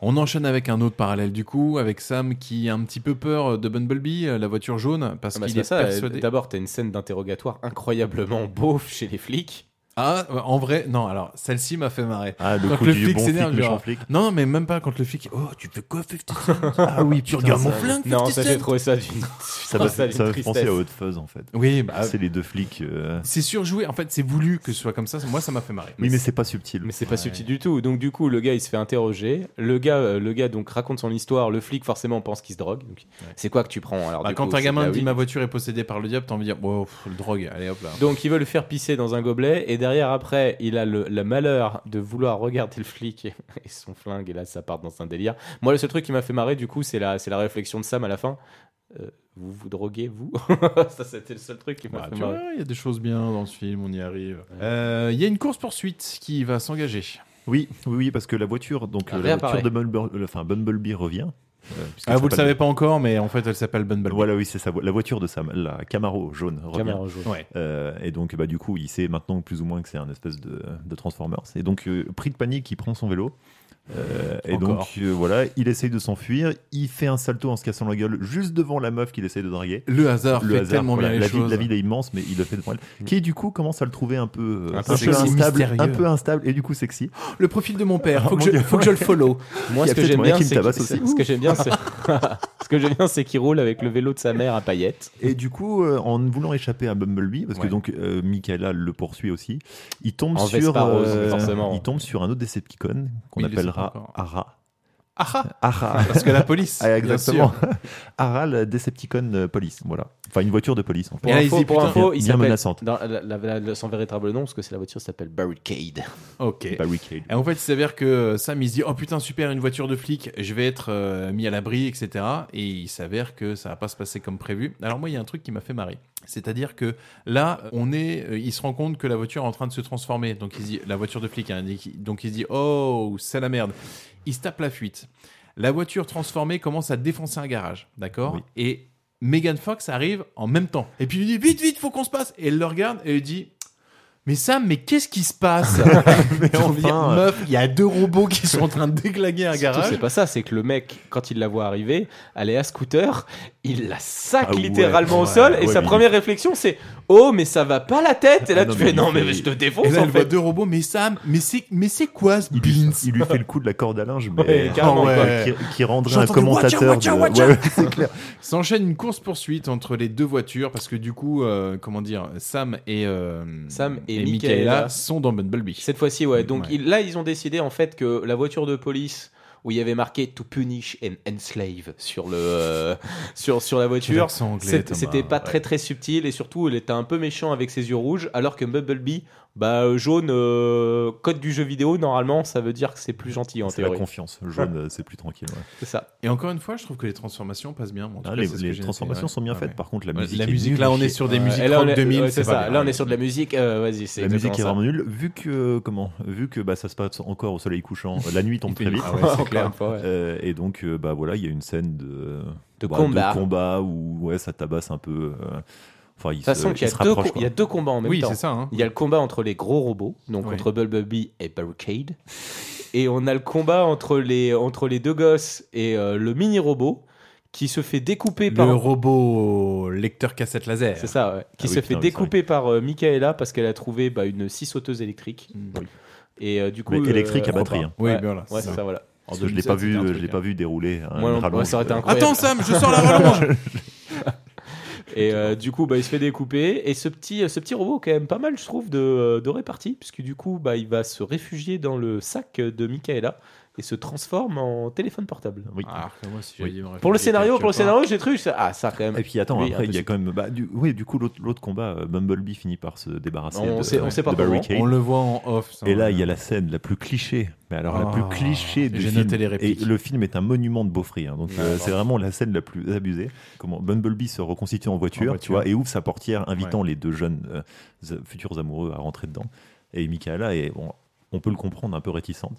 On enchaîne avec un autre parallèle du coup, avec Sam qui a un petit peu peur de Bumblebee, euh, la voiture jaune, parce Ah bah, qu'il c'est est ça, euh, persuadé. D'abord, t'as une scène d'interrogatoire incroyablement beauf chez les flics. Ah, en vrai, non, alors celle-ci m'a fait marrer. Ah, le Quand coup le du flic bon s'énerve, flic, méchant genre, Oh, flic. Non, mais même pas quand le flic. Oh, tu fais quoi, 50 Cent Ah oui, tu regardes mon flingue, 50 Non, ça j'ai Cent trouvé ça d'une. Ça m'a ça fait d'une ça m'a fait penser tristesse. à Haute Fuzz, en fait. Oui, bah, c'est les deux flics. euh, c'est surjoué. En fait, c'est voulu que ce soit comme ça. Moi, ça m'a fait marrer. Oui, mais c'est pas subtil. Mais c'est pas subtil du tout. Donc du coup, le gars, il se fait interroger. Le gars, euh, le gars donc raconte son histoire. Le flic forcément pense qu'il se drogue. Donc, C'est quoi que tu prends alors Bah, du quand coup, un c'est gamin de la dit weed. ma voiture est possédée par le diable, t'as envie de dire bon, pff, le drogue, allez hop là. Donc il veut le faire pisser dans un gobelet et derrière après, il a le, le malheur de vouloir regarder le flic et, et son flingue et là ça part dans un délire. Moi, le seul truc qui m'a fait marrer du coup, c'est la c'est la réflexion de Sam à la fin. Euh, vous vous droguez vous Ça c'était le seul truc qui m'a Bah, fait tu marrer. vois, il y a des choses bien dans ce film, on y arrive. Euh, Il y a une course-poursuite qui va s'engager. Oui, oui, oui, parce que la voiture, donc Elle euh, la voiture réapparaît. de Bumble- euh, enfin, Bumblebee revient. Ah, vous le savez pas encore, mais en fait, elle s'appelle Bumblebee. Voilà, oui, c'est sa vo- la voiture de Sam, la Camaro jaune. revient. Camaro jaune. Ouais. Euh, et donc, bah, du coup, il sait maintenant plus ou moins que c'est un espèce de, de Transformers. Et donc, euh, pris de panique, il prend son vélo. Euh, et Encore. donc, euh, voilà, il essaye de s'enfuir. Il fait un salto en se cassant la gueule juste devant la meuf qu'il essaye de draguer. Le hasard Le fait hasard, tellement voilà, bien les la choses. Mm. Vie, la ville est immense, mais il le fait devant elle. Qui, du coup, commence à le trouver un peu, euh, Un un peu peu, sexy, instable, mystérieux. un peu instable et du coup sexy. Le profil de Oh, mon père, Ah, faut, que mon je, Dieu. faut que je le follow. Il y Moi, ce a que peut-être j'aime moyen bien, qu'il me c'est tabasse que- aussi. ce que j'aime bien, c'est ce que j'aime bien, c'est qu'il roule avec le vélo de sa mère à paillettes. Et du coup, euh, en voulant échapper à Bumblebee, parce Ouais. que donc euh, Michaela le poursuit aussi, il tombe En sur euh, Vespa rose, forcément. il tombe sur un autre Decepticon qu'on Il le sait pas appellera encore. Ara. Ah ah, Ara. parce que la police. Ah, bien exactement. sûr. Ara, la Decepticon euh, police, voilà. Enfin, une voiture de police, en fait. Et Pour là, il info, dit, pour putain, info, bien- il bien s'appelle menaçante. dans la- la- la- son véritable nom, parce que c'est la voiture, s'appelle Barricade. Ok. Barricade. Et en fait, il s'avère que Sam, il se dit Oh putain, super, une voiture de flic, je vais être euh, mis à l'abri, etc. Et il s'avère que ça va pas se passer comme prévu. Alors, moi, il y a un truc qui m'a fait marrer. C'est-à-dire que là, on est, euh, il se rend compte que la voiture est en train de se transformer. Donc, il se dit La voiture de flic, hein. donc il se dit Oh, c'est la merde. Il se tape la fuite. La voiture transformée commence à défoncer un garage, d'accord Oui. Et Megan Fox arrive en même temps. Et puis, il lui dit Vite, vite, faut qu'on se passe. Et elle le regarde et elle dit mais Sam, mais qu'est-ce qui se passe Mais J'ai envie de dire, enfin, euh, meuf, il y a deux robots qui sont en train de déglaguer un Surtout, garage. c'est pas ça, c'est que le mec, quand il la voit arriver, elle est à scooter, il la sac Ah ouais, littéralement au ouais, sol, et ouais, sa mais première réflexion, c'est Oh, mais ça va pas la tête Et là, Ah non, tu mais fais il Non, mais fait- je te Et défonce là, en elle voit fait. deux robots, mais Sam, mais c'est, mais c'est quoi ce Il lui, Beans il lui fait le coup de la corde à linge, mais Ouais, carrément, Oh, quoi. qui, qui rendrait J'ai un entendu, commentateur. Watcha, de- watcha, ouais, ouais, c'est clair. S'enchaîne une course-poursuite entre les deux voitures parce que du coup, euh, comment dire, Sam et, euh, Sam et Michaela Michaela sont dans Bumblebee. Cette fois-ci, ouais. Donc Ouais. il- là, ils ont décidé en fait que la voiture de police où il y avait marqué To punish and enslave sur, le, euh, sur, sur la voiture. L'accent anglais, c'est- Thomas, C'était pas ouais. très très subtil et surtout elle était un peu méchant avec ses yeux rouges alors que Bumblebee, bah euh, jaune, euh, code du jeu vidéo normalement ça veut dire que c'est plus gentil en C'est la théorie. Ah. confiance. Jaune, euh, c'est plus tranquille. ouais. C'est ça. Et encore une fois, je trouve que les transformations passent bien. moi, en tout Ah, cas, les c'est ce que les j'ai transformations noté, ouais. sont bien Ah, Ouais, faites. ouais. Par contre, la Ouais, musique. la est musique, nulle là, à on est chier. sur des Ouais, musiques et là, on rock est- 2000. ouais, c'est pas ça. grave. Là on est sur de la musique. euh, Vas-y, c'est La musique est exactement vraiment nulle. Vu que, comment, vu que bah, ça se passe encore au soleil couchant, euh, la nuit tombe Il fait très nuit. vite. Ah ouais, ça. c'est Encore clair. une fois, ouais. Euh, et donc, euh, bah voilà, il y a une scène de, De bah, combat. combat où ouais, ça tabasse un peu. euh, Enfin, il De toute euh, façon, se, il y, a se deux rapproche. com- il y a quoi. deux combats en même Oui, temps. c'est ça. hein. Il y a le combat entre les gros robots, donc Ouais. entre Bumblebee et Barricade. Et on a le combat entre les, entre les deux gosses et euh, le mini-robot qui se fait découper Le par. robot robot lecteur cassette laser. C'est ça, ouais. Ah oui, Qui se putain, fait oui, découper par euh, Michaela parce qu'elle a trouvé bah, une scie sauteuse électrique. Mm. Et euh, du coup. Mais euh, électrique à elle batterie. voit hein. pas. Oui, Ouais, ben voilà. c'est ouais, ça. c'est ça, voilà. Parce que je l'ai pas vu, je l'ai pas vu dérouler. un Moi non plus, rallonge, hein. ça aurait été euh, incroyable. Attends, Sam, je sors la rallonge. Et euh, du coup, bah, il se fait découper. Et ce petit, ce petit robot, a quand même pas mal, je trouve, de, euh, de répartie, puisque du coup, bah, il va se réfugier dans le sac de Michaela et se transforme en téléphone portable. Oui. Ah, moi, si j'avais Oui. dit me Pour le réfugier scénario, quelque pour le part. scénario, j'ai trouvé ça- Ah, ça quand Et même. puis attends, Oui, après, il y a impossible. quand même. Bah, du... Oui, du coup, l'autre l'autre combat, euh, Bumblebee finit par se débarrasser On de, sait- on sait pas de comment. Barricade. On le voit en off. ça, Et là, ouais. il y a la scène la plus cliché, mais alors euh, la Ah, plus cliché du j'ai film. noté les répliques. Et le film est un monument de beaufry. hein, donc Ah, euh, pardon. c'est vraiment la scène la plus abusée. Comment Bumblebee se reconstitue en voiture, En tu voiture. vois, et ouvre sa portière, invitant les deux jeunes euh, z- futurs amoureux à rentrer dedans. Et Michaela est, bon, on peut le comprendre, un peu réticente.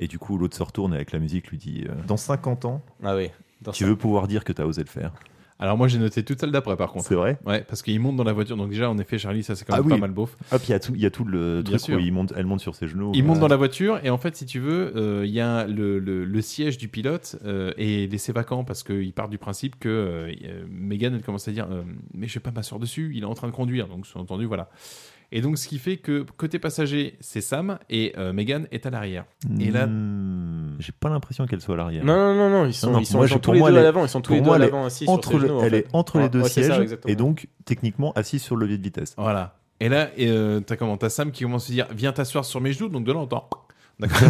Et du coup, l'autre se retourne et avec la musique, lui dit euh, Dans 50 ans, Ah oui. dans tu ça. veux pouvoir dire que t'as osé le faire. Alors moi, j'ai noté toute celle d'après, par contre. C'est vrai Ouais, parce qu'il monte dans la voiture. Donc déjà, en effet, Charlie, ça c'est quand Ah même oui. pas mal beauf. Hop, il y a tout, il y a tout le Bien truc sûr. où il monte, elle monte sur ses genoux. Il monte Euh, dans la voiture et en fait, si tu veux, euh, il y a le, le- le siège du pilote euh, est laissé vacant parce qu'il part du principe que euh, Megan, elle commence à dire euh, Mais je vais pas m'asseoir dessus, il est en train de conduire. Donc, sous-entendu, voilà. Et donc, ce qui fait que côté passager, c'est Sam et euh, Megan est à l'arrière. Et là, Hmm, j'ai pas l'impression qu'elle soit à l'arrière. Non, non, non, non, ils sont, Non, non, ils sont, moi, ils sont je- tous pour les moi, deux à elle est- l'avant. Ils sont tous les pour deux moi, à elle est l'avant assis sur entre ses le- genoux, en elle fait. est entre Ouais, les deux ouais, c'est ça, sièges exactement. et donc techniquement assise sur le levier de vitesse. Voilà. Et là, et, euh, t'as comment T'as Sam qui commence à se dire Viens t'asseoir sur mes genoux. Donc de là, on entend. D'accord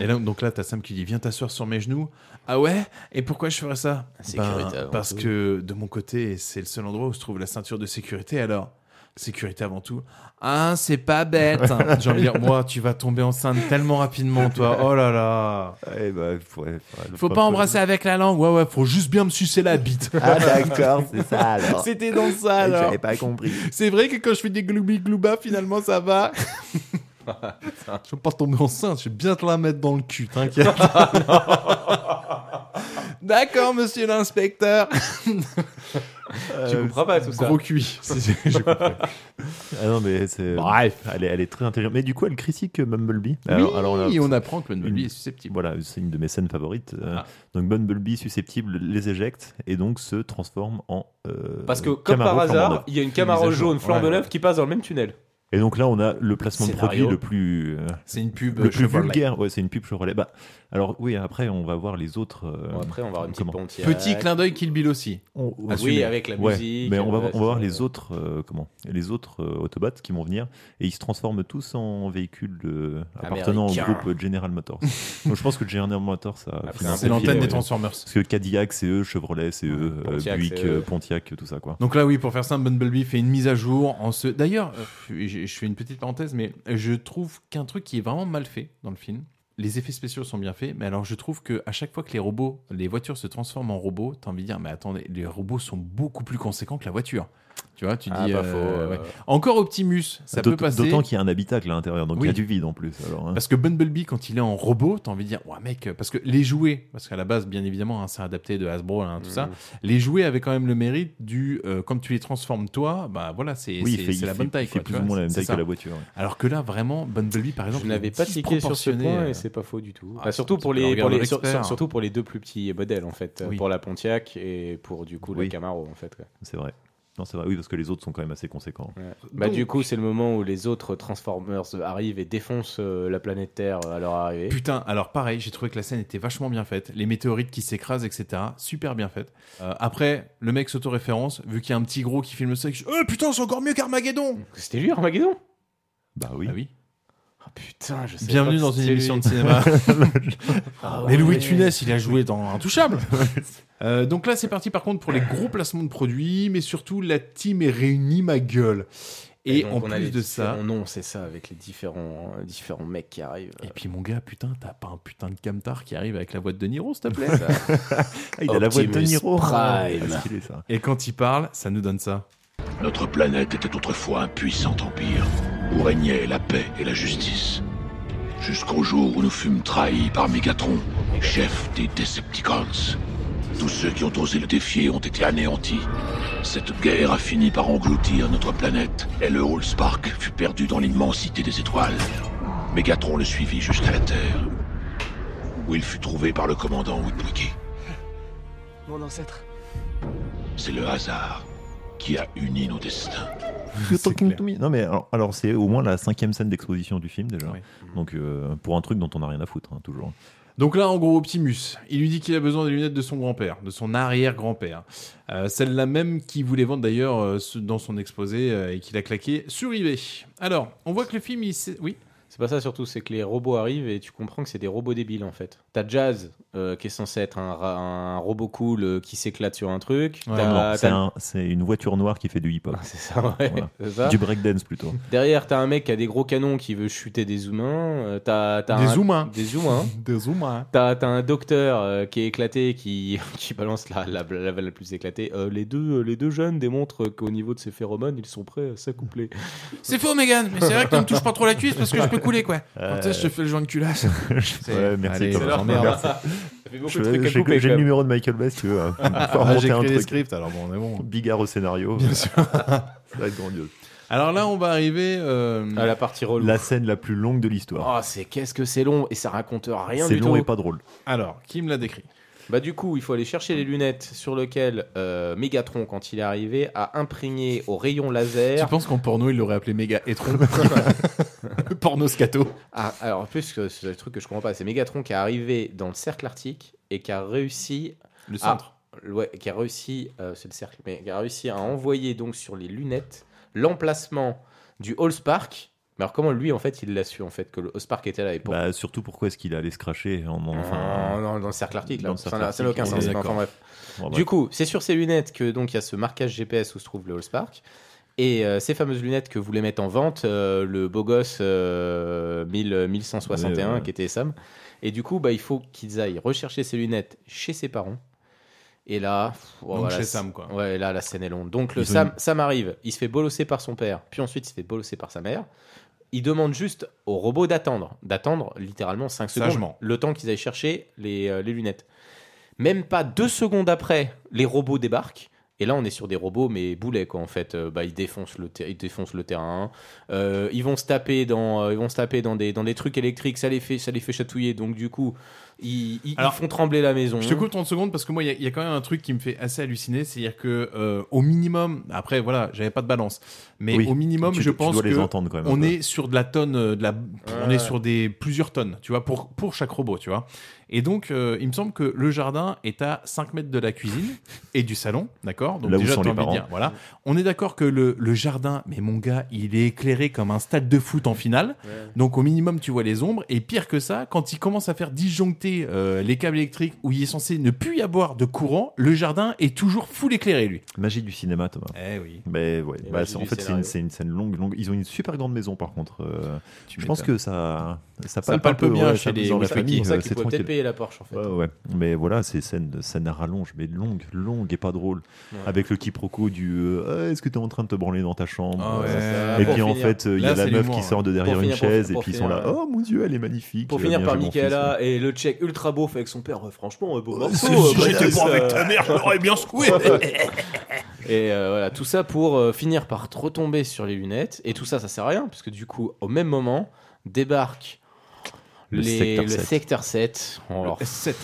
Et là, donc là, t'as Sam qui dit Viens t'asseoir sur mes genoux. Ah ouais Et pourquoi je ferais ça Ben, Sécurité avant Parce tout. que de mon côté, c'est le seul endroit où se trouve la ceinture de sécurité. Alors. Sécurité avant tout. Ah, c'est pas bête. hein. J'ai envie de dire, moi, tu vas tomber enceinte tellement rapidement, toi. Oh là là. Eh ben, faut, ouais, Faut pas embrasser avec la langue. Ouais, ouais, faut juste bien me sucer la bite. Ah d'accord, c'est ça alors. C'était dans ça, Eh, alors. pas compris. C'est vrai que quand je fais des gloubi glouba, finalement ça va. je vais pas tomber enceinte, je vais bien te la mettre dans le cul, t'inquiète. D'accord, monsieur l'inspecteur. Euh, Tu comprends pas tout ça. Gros cuit. Si, si, j'ai compris. Ah non, mais c'est. Bah. Bref. Elle est, elle est très intéressante. Mais du coup, elle critique euh, Mumblebee. oui, on a- et on apprend que Mumblebee est susceptible. Voilà, c'est une de mes scènes favorites. Euh, Ah. Donc Bumblebee susceptible les éjecte et donc se transforme en. euh, Parce que, comme Camaro par flambant hasard, neuf. il y a une Camaro Mise à jour. jaune flambe Ouais. neuve qui passe dans le même tunnel. Et donc là, on a le placement Scénario. de produit le plus. euh, C'est une pub le euh, plus Chevrolet. vulgaire. Ouais, c'est une pub Chevrolet. Bah, alors oui, après, on va voir les autres. euh, Bon, après, on va avoir une petite comment pontière. Petit clin d'œil Kill Bill aussi. on- on- Ah, assumé. oui, avec la Ouais, musique, Mais on va, euh, on va voir c'est- les autres, euh, comment, les autres euh, Autobots qui vont venir et ils se transforment tous en véhicules euh, appartenant au Américain. groupe General Motors. Donc je pense que General Motors, ça. Après, finance Ah, C'est le l'antenne film. des Transformers. Parce que Cadillac, c'est eux, Chevrolet, c'est eux, euh, Pontiac, Buick, c'est eux. euh, Pontiac, tout ça quoi. Donc là, oui, pour faire simple, Bumblebee fait une mise à jour en ce. D'ailleurs, euh, je je fais une petite parenthèse, mais je trouve qu'un truc qui est vraiment mal fait dans le film. Les effets spéciaux sont bien faits, mais alors je trouve que à chaque fois que les robots, les voitures se transforment en robots, t'as envie de dire, mais attendez, les robots sont beaucoup plus conséquents que la voiture. Tu vois, tu Ah, dis. pas euh, faux. euh, ouais. Encore Optimus, ça peut D'aut- passer. D'autant qu'il y a un habitacle à l'intérieur, donc il y Oui. a du vide en plus. Alors, hein. Parce que Bumblebee, quand il est en robot, t'as envie de dire, ouais, mec, parce que les jouets, parce qu'à la base, bien évidemment, hein, c'est adapté de Hasbro, hein, tout Mm. ça, les jouets avaient quand même le mérite du, euh, comme tu les transformes toi, bah voilà, c'est oui, c'est- il fait, c'est il la fait- bonne taille. il fait quoi, plus tu ou vois, moins la même c'est taille ça. que la voiture. ouais. Alors que là, vraiment, Bumblebee, par exemple, Je n'avais est pas tiqué sur ce disproportionné, point euh, et c'est pas faux du tout. Ah, Bah, surtout, c'est pour le les, regard pour d'un les, sur- expert. surtout pour les deux plus petits modèles, en fait. euh, Oui. Pour la Pontiac et pour, du coup, Oui. la Camaro, en fait. quoi. C'est vrai. Non, c'est vrai. Oui, parce que les autres sont quand même assez conséquents. Ouais. Bah, Donc- du coup, c'est le moment où les autres Transformers arrivent et défoncent euh, la planète Terre à leur arrivée. Putain, alors pareil, j'ai trouvé que la scène était vachement bien faite. Les météorites qui s'écrasent, etc. Super bien faite. Euh, après, le mec s'autoréférence, vu qu'il y a un petit gros qui filme ça, et que je- Euh, putain, c'est encore mieux qu'Armageddon C'était lui, Armageddon Bah oui. Ah oui. Ah putain, je sais Bienvenue pas dans si une c'est émission lui. de cinéma. Ah Mais ouais. Louis Tunès, il a joué dans Intouchable. Euh, donc là, c'est parti par contre pour les gros placements de produits, mais surtout la team est réunie, ma gueule. Et, donc, en on a les plus de ça. différents noms, c'est ça, avec les différents, euh, différents mecs qui arrivent. Et puis mon gars, putain, t'as pas un putain de camtar qui arrive avec la boîte de Niro, s'il te plaît Ah, il a la voix de Optimus Niro. Prime. Ah, stylé, ça. Et quand il parle, ça nous donne ça. Notre planète était autrefois un puissant empire où régnait la paix et la justice. Jusqu'au jour où nous fûmes trahis par Megatron, chef des Decepticons. Tous ceux qui ont osé le défier ont été anéantis. Cette guerre a fini par engloutir notre planète et le Hall Spark fut perdu dans l'immensité des étoiles. Megatron le suivit jusqu'à la Terre, où il fut trouvé par le commandant Witwicky. Mon ancêtre. C'est le hasard qui a uni nos destins. You're C'est talking clair. to me. Non mais alors, alors, c'est au moins la cinquième scène d'exposition du film déjà. Ouais. Donc euh, pour un truc dont on n'a rien à foutre hein, toujours. Donc là, en gros, Optimus, il lui dit qu'il a besoin des lunettes de son grand-père, de son arrière-grand-père. Euh, Celle-là même qu'il voulait vendre d'ailleurs euh, ce- dans son exposé euh, et qu'il a claqué sur eBay. Alors, on voit que le film, il s'est- Oui C'est pas ça surtout, c'est que les robots arrivent et tu comprends que c'est des robots débiles en fait. T'as Jazz euh, qui est censé être un, ra- un robot cool euh, qui s'éclate sur un truc. Ouais, T'as- Non, c'est t'as- un- c'est une voiture noire qui fait du hip-hop, Euh, Ah, c'est ça, ouais. Voilà. c'est ça. du breakdance plutôt. Derrière, t'as un mec qui a des gros canons qui veut chuter des humains. euh, t'as, t'as Des un- humains. Des humains. Des humains. T'as, t'as un docteur euh, qui est éclaté, qui, qui balance la, la, la, la plus éclatée. Euh, les, deux, les deux jeunes démontrent qu'au niveau de ces phéromones, ils sont prêts à s'accoupler. C'est faux, Megan, mais c'est vrai que tu me touches pas trop la cuisse parce que je peux couler, quoi. Quand je te fais le joint de culasse. Ouais, merci, Allez, Thomas. ça leur merde. Merci. Ça fait beaucoup Je- de trucs à J'ai couper, j'ai quand le même. numéro de Michael Bay si tu veux. hein. On va Ah, j'ai inventer un créé les truc. scripts, alors bon, on est bon. Bigard au scénario. Bien sûr. Ça va être grandiose. Alors là, on va arriver. euh, Ah, la partie relou. La scène la plus longue de l'histoire. Oh, c'est qu'est-ce que c'est long et ça raconte Ah, rien C'est du long tout. et pas drôle. Alors, qui me l'a décrit Bah du coup, il faut aller chercher les lunettes sur lesquelles euh, Megatron, quand il est arrivé, a imprégné au rayon Tu laser. penses qu'en porno, il l'aurait appelé méga étron Porno scato. Ah, alors en plus, que c'est le truc que je comprends pas, c'est Megatron qui est arrivé dans le cercle arctique et qui a réussi, Le centre. ouais, qui a réussi, euh, c'est le cercle, mais qui a réussi à envoyer donc sur les lunettes l'emplacement du Hall Spark. Mais alors comment lui, en fait, il l'a su en fait que le Hall Spark était là et pour Bah, surtout pourquoi est-ce qu'il allait se cracher en, en- Enfin, enfin, dans, dans le cercle arctique, là. Dans le Ça cercle n'a- ça n'a aucun arctique, sens. ouais, mais enfin, d'accord. bref. bon, Du Ah, bref. coup, c'est sur ces lunettes que donc il y a ce marquage GPS où se trouve le Hall Spark. Et euh, ces fameuses lunettes que voulait mettre en vente euh, le beau gosse euh, 1000 1161 Ouais, ouais. qui était Sam. Et du coup, bah, il faut qu'ils aillent rechercher ces lunettes chez ses parents. Et là, pff, oh, Donc voilà, chez c'est- Sam, quoi. Ouais, là, la scène est longue. Donc le Ils ont Sam, Sam arrive, il se fait bolosser par son père, puis ensuite il se fait bolosser par sa mère. Il demande juste au robot d'attendre, d'attendre littéralement 5 secondes, Sagement. le temps qu'ils aillent chercher les, euh, les lunettes. Même pas deux secondes après, les robots débarquent. Et là, on est sur des robots, mais boulets, quoi, en fait. Euh, bah, ils, défoncent le ter- ils défoncent le terrain. Euh, ils vont se taper dans, euh, ils vont se taper dans, des, dans des trucs électriques. Ça les fait, ça les fait chatouiller. Donc, du coup, ils, ils- ils Alors, font trembler la maison. Je te coupe 30 secondes parce que moi, il y a- il y, a quand même un truc qui me fait assez halluciner. C'est-à-dire que, euh, au minimum, après, voilà, j'avais pas de balance, mais Oui, au minimum, tu- je tu pense dois les que entendre quand même un on peu. est sur de la tonne, euh, de la, on ouais. est sur des plusieurs tonnes, tu vois, pour, pour chaque robot, tu vois. Et donc, euh, il me semble que le jardin est à 5 mètres de la cuisine et du salon, d'accord Donc, Là où déjà, sont t'as les envie de parents. dire, voilà. On est d'accord que le, le jardin, mais mon gars, il est éclairé comme un stade de foot en finale. Ouais. Donc au minimum, tu vois les ombres. Et pire que ça, quand ils commencent à faire disjoncter euh, les câbles électriques où il est censé ne plus y avoir de courant, le jardin est toujours full éclairé, lui. Magie du cinéma, Thomas. Eh oui. Mais ouais, Et bah, magie c'est- en du fait, c'est scénario. une, c'est une scène longue, longue. Ils ont une super grande maison, par contre. euh, Tu je pense m'étonnes. que ça, ça Ça palpe, palpe un peu, bien ouais, chez ça les amuse dans la Wachowski. famille. C'est pour ça euh, C'est qu'ils pouvaient tranquille. peut-être payer la Porsche, en fait. Ouais, ouais. Mais voilà, c'est scène, scène à rallonge, mais longue, longue et pas drôle. Ouais. Avec le quiproquo du euh, Ah, Est-ce que t'es en train de te branler dans ta chambre Ah ouais, Euh, ça, Et pour puis en finir. fait, euh, il y Là, a la c'est meuf l'humour, qui hein. sort de derrière Pour une finir, pour- chaise, et pour puis ils sont finir, là ouais. Oh mon dieu, elle est magnifique. Pour euh, finir bien par joué, mon fils. Ah, Michaela et le check ultra beauf avec son père, euh, franchement, euh, beau Bah, morceau. si euh, Oh, bah, j'étais Brice, pas avec euh. ta mère, je l'aurais bien secoué. et euh, voilà, tout ça pour euh, finir par te retomber sur les lunettes. Et tout ça, ça sert à rien, parce que du coup, au même moment, débarque Le les- secteur le 7. secteur 7. Alors,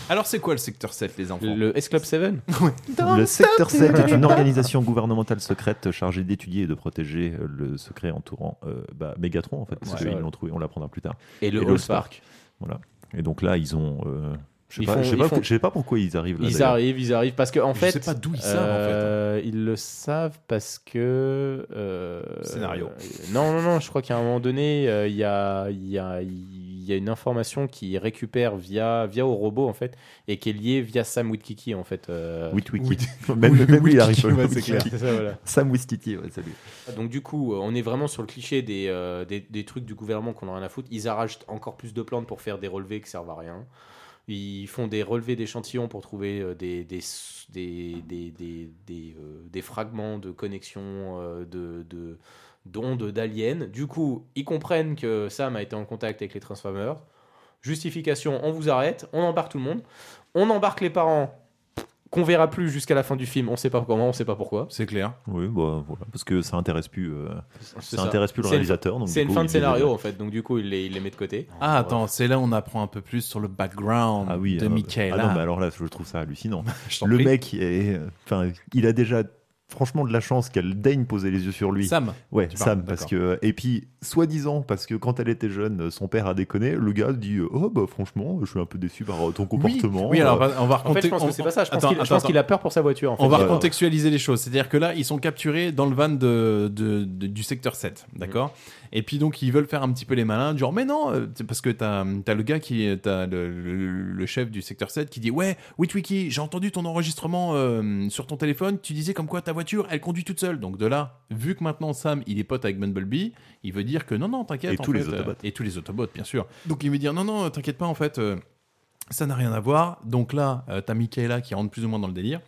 Alors c'est quoi le secteur 7, les enfants Le S-Club 7 Le secteur 7 est une organisation gouvernementale secrète chargée d'étudier et de protéger euh, le secret entourant euh, bah, Megatron, en fait, parce Ouais. qu'ils l'ont trouvé, on l'apprendra plus tard. Et le All All Spark. Voilà. Et donc là, ils ont. euh, je sais Ils pas, font- je sais ils pas, font- je sais pas pourquoi ils arrivent là. Ils d'ailleurs. arrivent, ils arrivent parce que en Je fait, sais pas d'où ils savent, en fait. euh, ils le savent parce que euh, Scénario. euh, non, non, non. Je crois qu'à un moment donné, euh, il y a, il y a, il y a une information qu'ils récupèrent via via au robot en fait et qui est liée via Sam Witwicky en fait. euh, Witwicky. Même, même lui, il arrive. ouais, c'est clair. Witwicky. C'est ça, voilà. Sam Wistiti, ouais, salut. Donc du coup, euh, on est vraiment sur le cliché des, euh, des, des trucs du gouvernement qu'on a rien à foutre. Ils arrachent encore plus de plantes pour faire des relevés qui servent à rien. Ils font des relevés d'échantillons pour trouver euh, des, des, des, des, des, des, euh, des fragments de connexions euh, de, de, d'ondes d'aliens. Du coup, ils comprennent que Sam a été en contact avec les Transformers. Justification, on vous arrête, on embarque tout le monde. On embarque les parents qu'on verra plus jusqu'à la fin du film. On sait pas comment, on sait pas pourquoi. C'est clair. Oui, bah, voilà, parce que ça intéresse plus, euh, C'est ça intéresse plus le C'est une- réalisateur. donc, C'est du une coup, fin de il les- scénario en fait, donc du coup il les, il les met de côté. Ah attends, c'est là où on apprend un peu plus sur le background Ah oui, de ah bah- Michaela. ah non, mais alors là, je trouve ça hallucinant. Je t'en le prie. mec, est, enfin, il a déjà franchement de la chance qu'elle daigne poser les yeux sur lui. Sam. Ouais, Tu Sam, parles, parce d'accord. que et puis soi-disant parce que quand elle était jeune, son père a déconné. Le gars dit oh bah franchement, je suis un peu déçu par euh, ton comportement. Oui, alors on Euh, va, on va En fait, je pense on- que c'est pas ça, je pense attends, qu'il- je attends, pense qu'il a attends. peur pour sa voiture, en fait. On va Ouais. recontextualiser les choses. C'est-à-dire que là, ils sont capturés dans le van de, de- de- du secteur 7. D'accord Et puis donc, ils veulent faire un petit peu les malins, du genre, mais non, euh, c'est parce que t'as as le gars qui est t'as le, le- le chef du secteur 7 qui dit Ouais, Witwiki, j'ai entendu ton enregistrement euh, sur ton téléphone. Tu disais comme quoi ta voiture, elle conduit toute seule. Donc de là, vu que maintenant Sam, il est pote avec Bumblebee, il veut dire que non, non, t'inquiète. Et en tous les fait, euh, Autobots. Et tous les Autobots, bien sûr. Donc il veut dire non, non, t'inquiète pas, en fait, euh, ça n'a rien à voir. Donc là, euh, t'as Michaela qui rentre plus ou moins dans le délire.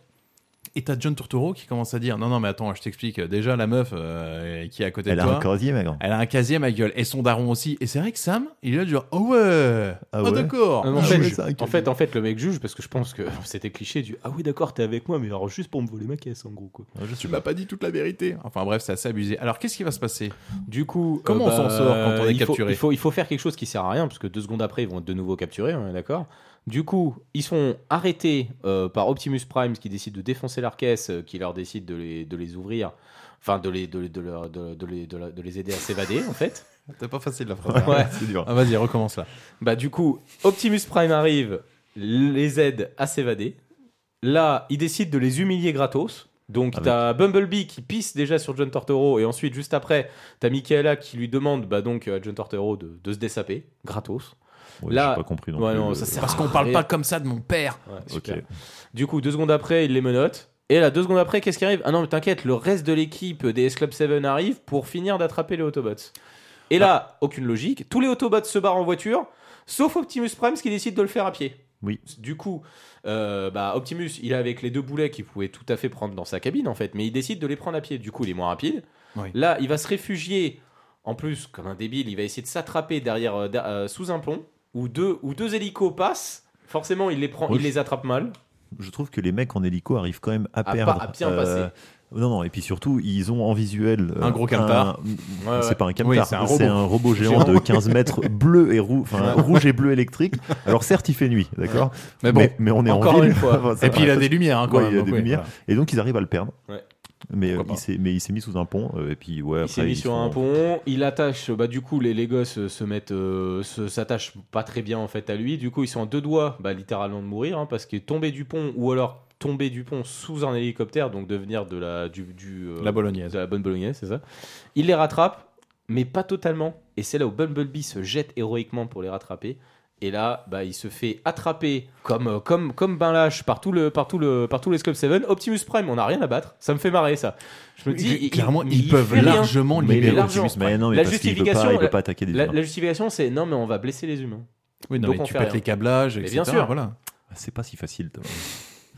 Et t'as John Turturro qui commence à dire non, non, mais attends, je t'explique. Déjà, la meuf euh, qui est à côté Elle de a toi. un casier, ma grande. Elle a un casier, ma gueule. Et son daron aussi. Et c'est vrai que Sam, il est là, genre, oh ouais, Ah oh ouais. d'accord. Ah, mais en, Ah, fait, oui. en, fait, en fait, le mec juge parce que je pense que c'était cliché du Ah oui, d'accord, t'es avec moi, mais alors juste pour me voler ma caisse en gros quoi. Tu m'as pas dit toute la vérité. Enfin bref, c'est assez abusé. Alors qu'est-ce qui va se passer Du coup, comment Euh, on s'en bah, sort quand on est il faut- capturé il, faut, il faut faire quelque chose qui sert à rien parce que deux secondes après, ils vont être de nouveau capturés, on est d'accord Du coup, ils sont arrêtés euh, par Optimus Prime qui décide de défoncer leur caisse, euh, qui leur décide de les, de les ouvrir, enfin de les, de, les- de leur- de- de les, de leur- de les aider à s'évader en fait. T'es pas facile la phrase. Ouais. C'est dur. Ah, vas-y, recommence là. Bah du coup, Optimus Prime arrive, les aide à s'évader. Là, il décide de les humilier gratos. Donc t'as Bumblebee qui pisse déjà sur John Tortoro et ensuite juste après t'as Michaela qui lui demande bah donc à John Tortoro de, de se dessaper gratos. Ouais, j'ai pas compris non ouais, plus euh, non, le- ça sert Parce à qu'on parle rien. pas comme ça de mon père. Ouais, Ok. super. Du coup, deux secondes après, il les menotte. Et là, deux secondes après, qu'est-ce qui arrive Ah non, mais t'inquiète, le reste de l'équipe des S-Club 7 arrive pour finir d'attraper les Autobots. Et Ah. là, aucune logique. Tous les Autobots se barrent en voiture, sauf Optimus Prime, qui décide de le faire à pied. Oui. Du coup, euh, bah, Optimus, il est avec les deux boulets qu'il pouvait tout à fait prendre dans sa cabine, en fait, mais il décide de les prendre à pied. Du coup, il est moins rapide. Oui. Là, il va se réfugier, en plus, comme un débile, il va essayer de s'attraper derrière, euh, da- euh, sous un pont, où deux, où deux hélicos passent. Forcément, il les prend, il les attrape mal. je trouve que les mecs en hélico arrivent quand même à, pas- perdre. euh, à bien passer. Non, non, et puis surtout, ils ont en visuel. euh, Un gros camtar. Ouais, c'est ouais. pas un camtar, Oui, c'est un c'est robot. un robot géant de 15 mètres bleu et roux, enfin Ouais. rouge et bleu électrique. Alors certes, il fait nuit, d'accord Mais bon, mais, on est encore en ville. une fois. Enfin, ça Et puis, va. il a des lumières, hein, quand Ouais, même, il a donc des oui, lumières. voilà. Et donc, ils arrivent à le perdre. Ouais. Mais euh, il s'est- mais il s'est mis sous un pont, euh, et puis ouais. Il s'est après, mis ils sur font- un pont, il attache, bah du coup les, les gosses euh, se mettent, euh, se- s'attachent pas très bien en fait à lui, du coup ils sont à deux doigts bah, littéralement de mourir hein, parce qu'il est tombé du pont ou alors tombé du pont sous un hélicoptère, donc devenir de la, du, du, euh, La bolognaise. de la bonne bolognaise, c'est ça. Il les rattrape, mais pas totalement, et c'est là où Bumblebee se jette héroïquement pour les rattraper. Et là, bah, il se fait attraper comme, euh, comme, comme ben lâche par tout le, par tout le, par tout les Scope 7. Optimus Prime, on n'a rien à battre. Ça me fait marrer, ça. Je me Mais dis, cl- il- il- clairement, mais ils il peuvent fait rien. largement Mais il est libérer largement- Optimus Prime. Mais non, mais la parce qu'il peut pas- justification, il peut la- pas attaquer des la, humains. la justification, c'est non, mais on va blesser les humains. Oui, non, Donc mais on tu fait pètes rien. les câblages, Mais etc. bien sûr. Voilà. C'est pas si facile. Thomas.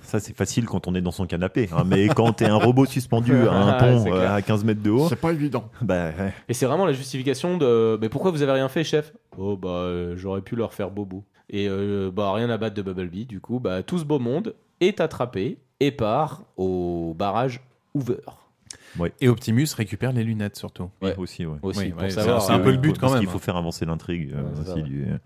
Ça, c'est facile quand on est dans son canapé. hein, mais quand t'es un robot suspendu à un Ah, C'est pont clair. euh, à 15 mètres de haut. pas évident. Bah, ouais. Et c'est vraiment la justification de mais pourquoi vous avez rien fait, chef Oh bah euh, j'aurais pu leur faire bobo. Et euh, bah rien à battre de Bumblebee. Du coup, bah tout ce beau monde est attrapé et part au barrage Hoover. Et Optimus récupère les lunettes surtout. Ouais. aussi, ouais. Aussi, Oui, pour ouais, savoir, c'est un euh, peu le but Parce quand même. qu'il faut faire avancer l'intrigue. euh, Ouais, c'est ça, aussi, ouais. du- euh,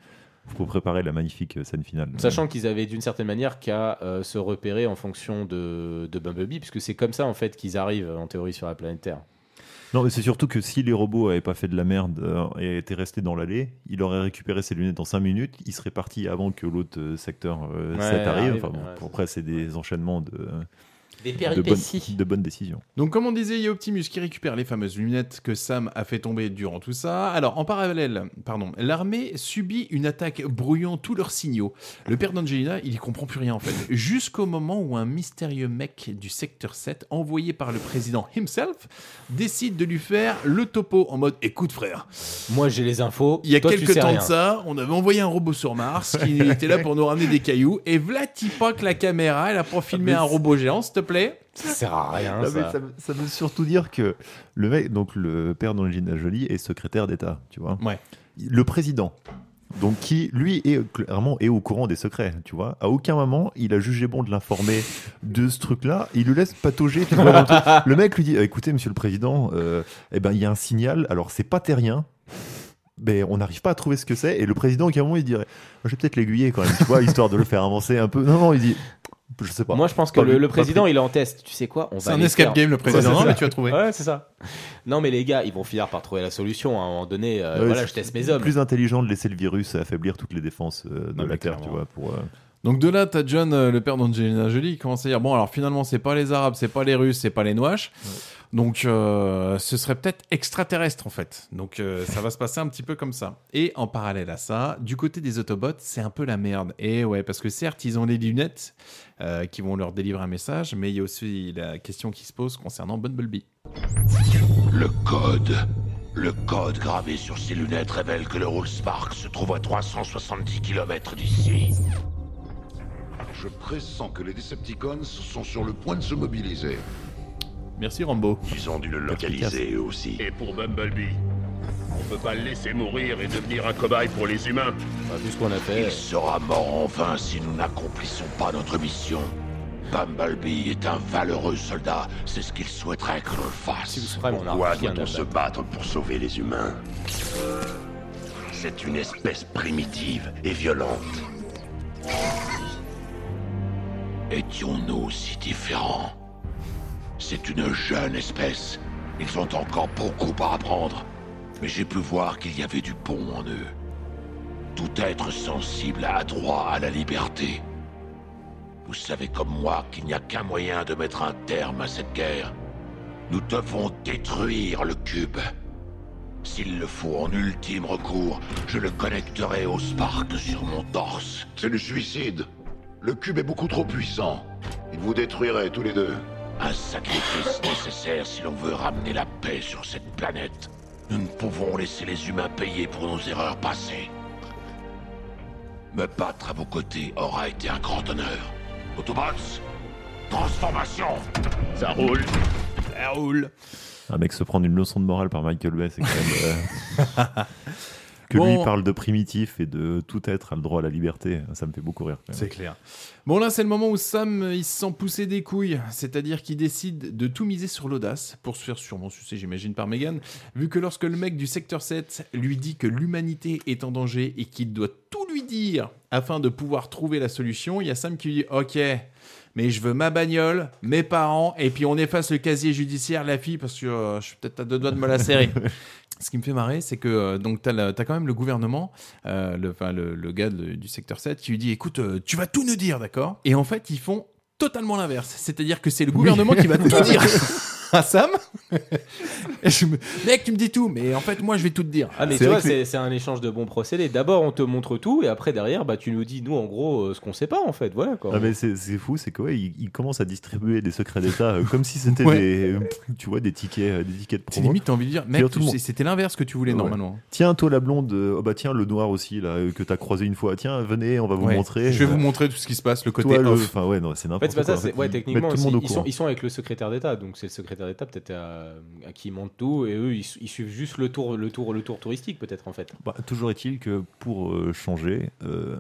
faut préparer la magnifique euh, scène finale. Sachant qu'ils avaient d'une certaine manière qu'à euh, se repérer en fonction de, de Bumblebee, puisque c'est comme ça en fait qu'ils arrivent en théorie sur la planète Terre. Non, mais c'est surtout que si les robots avaient pas fait de la merde euh, et étaient restés dans l'allée, il aurait récupéré ses lunettes en 5 minutes, il serait parti avant que l'autre euh, secteur euh, Ouais, 7 arrive. arrive, Enfin, bon, ouais, pour après, c'est des enchaînements de, Des de, bonnes, de bonnes décisions. Donc, comme on disait, il y a Optimus qui récupère les fameuses lunettes que Sam a fait tomber durant tout ça. Alors, en parallèle, pardon, l'armée subit une attaque brouillant tous leurs signaux. Le père d'Angelina, il y comprend plus rien en fait. Jusqu'au moment où un mystérieux mec du secteur 7, envoyé par le président himself, décide de lui faire le topo en mode écoute frère. Moi j'ai les infos. Il y a toi, tu quelques sais temps rien. de ça, on avait envoyé un robot sur Mars qui était là pour nous ramener des cailloux. Et que la caméra, elle a pas filmé Ah, Mais un c'est- robot géant, s'il te plaît. Ça sert à rien. Non, mais ça. ça veut- ça veut surtout dire que le mec, donc le père d'Angelina Jolie, est secrétaire d'État, tu vois. Ouais. Le président, donc qui lui est clairement est au courant des secrets, tu vois. À aucun moment il a jugé bon de l'informer de ce truc-là. Il le laisse patauger. tu vois, dans le, truc. Le mec lui dit Eh, "Écoutez, Monsieur le Président, euh, eh ben il y a un signal. Alors c'est pas terrien." Mais on n'arrive pas à trouver ce que c'est. Et le président, au un moment, il dirait Je vais peut-être l'aiguiller quand même, tu vois, histoire de le faire avancer un peu. Non, non, il dit Je sais pas. Moi, je pense que Pas le, plus- le pas président, il est en test. Tu sais quoi On va C'est un aller escape faire- game, le président. Ouais, c'est Non, ça. mais tu as trouvé. Ouais, c'est ça. Non, mais les gars, ils vont finir par trouver la solution. hein. À un moment donné, euh, Ouais, voilà, c'est je teste mes hommes. Plus intelligent de laisser le virus affaiblir toutes les défenses euh, de Non, mais la Terre, tu clairement. vois. Pour, euh, Donc de là, t'as John, euh, le père d'Angelina Jolie, qui commence à dire bon, alors finalement, c'est pas les Arabes, c'est pas les Russes, c'est pas les Noiches. Donc euh, ce serait peut-être extraterrestre en fait. Donc euh, ça va se passer un petit peu comme ça. Et en parallèle à ça, du côté des Autobots, c'est un peu la merde. Et ouais, parce que certes, ils ont les lunettes euh, qui vont leur délivrer un message, mais il y a aussi la question qui se pose concernant Bumblebee. Le code. Le code gravé sur ces lunettes révèle que le Roule Spark se trouve à 370 km d'ici. Je pressens que les Decepticons sont sur le point de se mobiliser. Merci Rambo. Ils ont dû le localiser eux aussi. Et pour Bumblebee On peut pas le laisser mourir et devenir un cobaye pour les humains. Bah, vu ce qu'on a fait. Il sera mort en vain si nous n'accomplissons pas notre mission. Bumblebee est un valeureux soldat, c'est ce qu'il souhaiterait que l'on le fasse. Prime, on a Pourquoi rien à doit-on se battre. battre pour sauver les humains C'est une espèce primitive et violente. Étions-nous si différents C'est une jeune espèce. Ils ont encore beaucoup à apprendre. Mais j'ai pu voir qu'il y avait du bon en eux. Tout être sensible a droit à la liberté. Vous savez comme moi qu'il n'y a qu'un moyen de mettre un terme à cette guerre. Nous devons détruire le cube. S'il le faut en ultime recours, je le connecterai au Spark sur mon torse. C'est du suicide. Le cube est beaucoup trop puissant. Il vous détruirait tous les deux. Un sacrifice nécessaire si l'on veut ramener la paix sur cette planète. Nous ne pouvons laisser les humains payer pour nos erreurs passées. Me battre à vos côtés aura été un grand honneur. Autobots, transformation Ça roule Ça roule. Un mec se prendre une leçon de morale par Michael Bay, c'est quand même. euh, que Bon. lui parle de primitif et de tout être a le droit à la liberté, hein, ça me fait beaucoup rire. quand même. C'est clair. Bon là c'est le moment où Sam euh, il se sent pousser des couilles, c'est-à-dire qu'il décide de tout miser sur l'audace pour se faire sûrement sucer j'imagine par Megan, vu que lorsque le mec du secteur 7 lui dit que l'humanité est en danger et qu'il doit tout lui dire afin de pouvoir trouver la solution, il y a Sam qui lui dit OK, mais je veux ma bagnole, mes parents et puis on efface le casier judiciaire de la fille parce que euh, je suis peut-être à deux doigts de me la serrer. Ce qui me fait marrer, c'est que euh, donc t'as, la- t'as quand même le gouvernement, euh, le, enfin, le, le gars de- du secteur 7, qui lui dit écoute, euh, tu vas tout nous dire, d'accord Et en fait, ils font totalement l'inverse. C'est-à-dire que c'est le gouvernement qui va tout dire Ah, à Sam. Et je me- Mec, tu me dis tout, mais en fait, moi, je vais tout te dire. Ah mais tu vois, c'est c'est un échange de bons procédés. D'abord, on te montre tout, et après, derrière, bah, tu nous dis, nous, en gros, euh, ce qu'on sait pas, en fait. Voilà, quoi. Ah, mais c'est c'est fou, c'est que ouais, il, il commence à distribuer des secrets d'État euh, comme si c'était Ouais. des, euh, tu vois, des tickets, euh, des tickets de C'est promo. limite, t'as envie de dire mec, D'ailleurs, tout tu- le monde- c'est- c'était l'inverse que tu voulais Ouais. normalement. Tiens, toi la blonde, euh, oh bah tiens le noir aussi là euh, que t'as croisé une fois. Tiens, venez, on va vous Ouais. montrer. Je vais Euh, vous montrer tout ce qui se passe, le côté toi, le- off. Enfin ouais, non, c'est En fait, n'importe c'est pas quoi. ça. c'est- En fait, Ouais, ils techniquement, mettent tout le monde ils, au ils courant. sont, ils sont avec le secrétaire d'État, donc c'est le secrétaire d'État peut-être à, à qui ils montent tout, et eux, ils, su- ils suivent juste le tour, le tour, le tour touristique, peut-être en fait. Bah, toujours est-il que pour euh, changer, euh,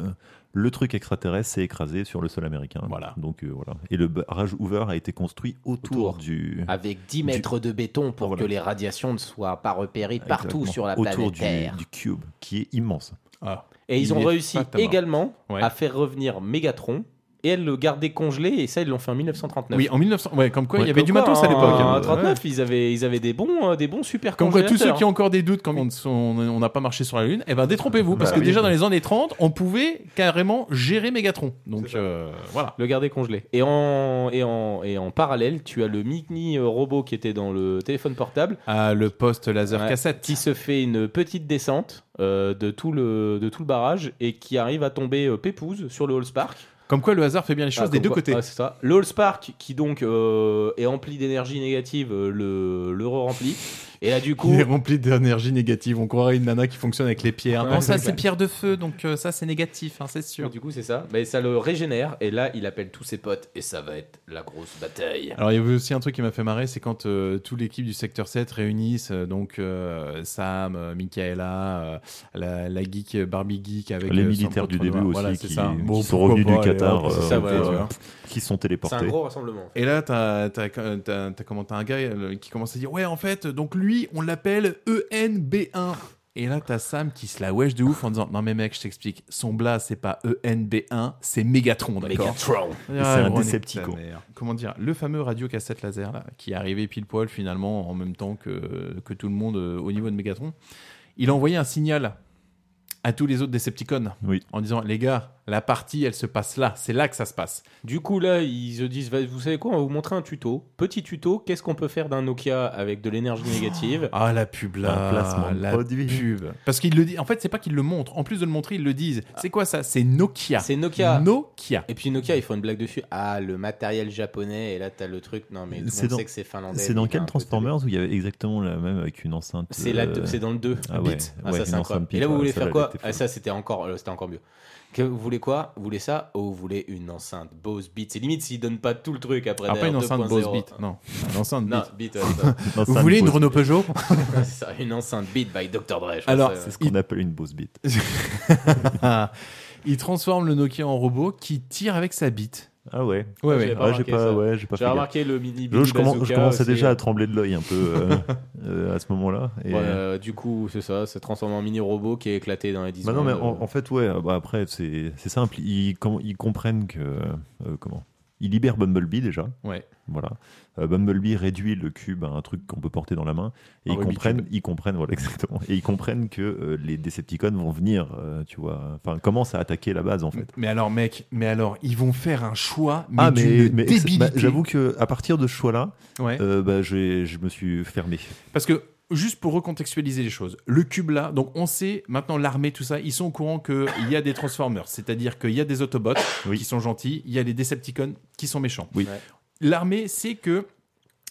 le truc extraterrestre s'est écrasé sur le sol américain. Voilà. Donc euh, voilà. Et le barrage Hoover a été construit autour, du Avec 10 mètres de béton pour que les radiations ne soient pas repérées partout Ah, Exactement. sur la autour planète du- Terre. du cube qui est immense. Ah. Et ils Il ont est réussi pas ta mort. également Ouais. à faire revenir Megatron et à le garder congelé, et ça, ils l'ont fait en 1939. Oui, en 1900. Ouais, comme quoi, il y avait comme du quoi, matos à l'époque. En hein. 1939, ils, avaient, ils avaient des bons, euh, des bons super Comme quoi, tous ceux congélateurs. qui ont encore des doutes quand on on n'a pas marché sur la Lune, eh ben détrompez-vous, parce Bah que oui. déjà dans les années 30, on pouvait carrément gérer Mégatron. Donc euh, voilà. Le garder congelé. Et en, et, en, et en parallèle, tu as le mini euh, robot qui était dans le téléphone portable. Ah, le poste laser Ouais, cassette. Qui se fait une petite descente euh, de, tout le, de tout le barrage et qui arrive à tomber euh, pépouze sur le Halls Park. Comme quoi, le hasard fait bien les choses Ah, des comme deux quoi- côtés. ouais, c'est ça. Le Halls Park qui donc euh, est empli d'énergie négative, euh, le, le re-remplit. Et là du coup, Il est rempli d'énergie négative. On croirait une nana qui fonctionne avec les pierres. Ouais, non, ça, c'est Ah, c'est clair. pierre de feu, donc euh, ça, c'est négatif, hein, c'est sûr. du coup c'est ça. Mais ça le régénère et là il appelle tous ses potes et ça va être la grosse bataille. Alors il y avait aussi un truc qui m'a fait marrer, c'est quand euh, toute l'équipe du secteur 7 réunissent euh, donc euh, Sam, euh, Michaela, euh, la, la geek euh, Barbie geek avec Les euh, son militaires pote du début noir. aussi Voilà, c'est qui, ça. qui Bon, sont pourquoi revenus du pas, allez, Qatar, hop, c'est ça, euh, voilà, qui- tu vois. qui sont téléportés. C'est un gros rassemblement. Et là, t'as t'as- t'as- t'as- t'as comment t'as un gars euh, qui commence à dire ouais en fait donc lui on l'appelle E ENB1. Et là, t'as Sam qui se la wesh de ouf en disant Non, mais mec, je t'explique, son blast, c'est pas E ENB1, c'est Megatron, d'accord Megatron. Ah, Et c'est un gros, on est- Decepticon. putain, merde. Comment dire Le fameux radio cassette laser, là, qui est arrivé pile poil finalement en même temps que, que tout le monde euh, au niveau de Megatron, il a envoyé un signal à tous les autres Decepticons en disant Les gars, la partie, elle se passe là, c'est là que ça se passe. Du coup, là, ils se disent, vous savez quoi, on va vous montrer un tuto. Petit tuto, qu'est-ce qu'on peut faire d'un Nokia avec de l'énergie négative Ah la pub là, Un placement de la produit. pub. Parce qu'il le dit. En fait, c'est pas qu'il le montre. En plus de le montrer, ils le disent. C'est quoi ça C'est Nokia. C'est Nokia. Nokia. Et puis Nokia, ils font une blague dessus. Ah, le matériel japonais, et là, t'as le truc. Non, mais tout le C'est monde dans, sait que c'est finlandais. c'est dans donc, quel hein. Transformers où il y avait exactement la même avec une enceinte C'est la- euh, c'est dans le 2. Ah ouais, Beat. Ah, ouais, ça, une c'est enceinte incroyable. Beat, Et là, vous ouais, voulez ça, faire elle quoi était Ah, Ça, c'était encore, euh, c'était encore mieux. Que, vous voulez quoi Vous voulez ça Ou vous voulez une enceinte Bose Beat C'est limite s'ils donnent pas tout le truc après. Ah, pas derrière, une enceinte 2.0. Bose Beat, non. Une enceinte Non, Beat. Beat, ouais, ça. Une Vous enceinte voulez une Bose Renault Beat. Peugeot C'est ça, Une enceinte Beat by Dr. Dre. je crois Alors, que c'est- C'est ce qu'on appelle une boss bite. il transforme le Nokia en robot qui tire avec sa bite. Ah ouais. Ouais, J'avais ouais. pas Ah, j'ai remarqué pas, ça. ouais, j'ai pas J'ai fait remarqué gaffe. le mini Je, je, Billy commence- je Bazooka, commençais déjà c'est- à trembler de l'œil un peu euh, euh, à ce moment-là. Et... Ouais, euh, du coup, c'est ça, c'est transformé en mini robot qui est éclaté dans les 10 Bah non, mais secondes. en, euh, euh, en fait, ouais, bah après, c'est c'est simple. Ils, com- ils comprennent que. euh, comment Ils libèrent Bumblebee déjà. Ouais. Voilà. Euh, Bumblebee réduit le cube à un truc qu'on peut porter dans la main. Et Un ils Rubik's comprennent, Cube. ils comprennent, voilà, exactement. Et ils comprennent que euh, les Decepticons vont venir, euh, tu vois. Enfin, commencent à attaquer la base, en fait. Mais alors, mec, mais alors, ils vont faire un choix, mais, Ah, mais, d'une mais ex- débilité. bah, j'avoue que à partir de ce choix-là, Ouais. euh, bah, j'ai- je me suis fermé. Parce que, juste pour recontextualiser les choses, le cube là, donc on sait maintenant l'armée, tout ça, ils sont au courant qu'il y a des Transformers, c'est-à-dire qu'il y a des Autobots qui sont gentils, il y a les Decepticons qui sont méchants. Oui. Ouais. L'armée sait que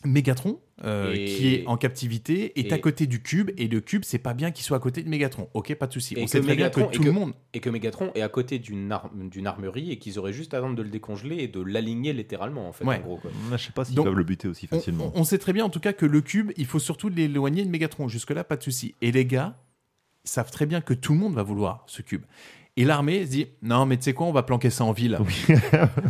Megatron, euh, Et- qui est en captivité, est et- à côté du cube, et le cube, c'est pas bien qu'il soit à côté de Megatron. Ok, pas de souci. Et On que sait très bien que Megatron- et tout que- le monde. Et que Megatron est à côté d'une arme- d'une armerie et qu'ils auraient juste à attendre de le décongeler et de l'aligner littéralement, en fait, Ouais. en gros. Quoi. Je sais pas s'ils Donc, peuvent le buter aussi On- facilement. On, on sait très bien en tout cas que le cube, il faut surtout l'éloigner de Mégatron. Jusque-là, pas de souci. Et les gars, ils savent très bien que tout le monde va vouloir ce cube. Et l'armée se dit non mais tu sais quoi on va planquer ça en ville Ah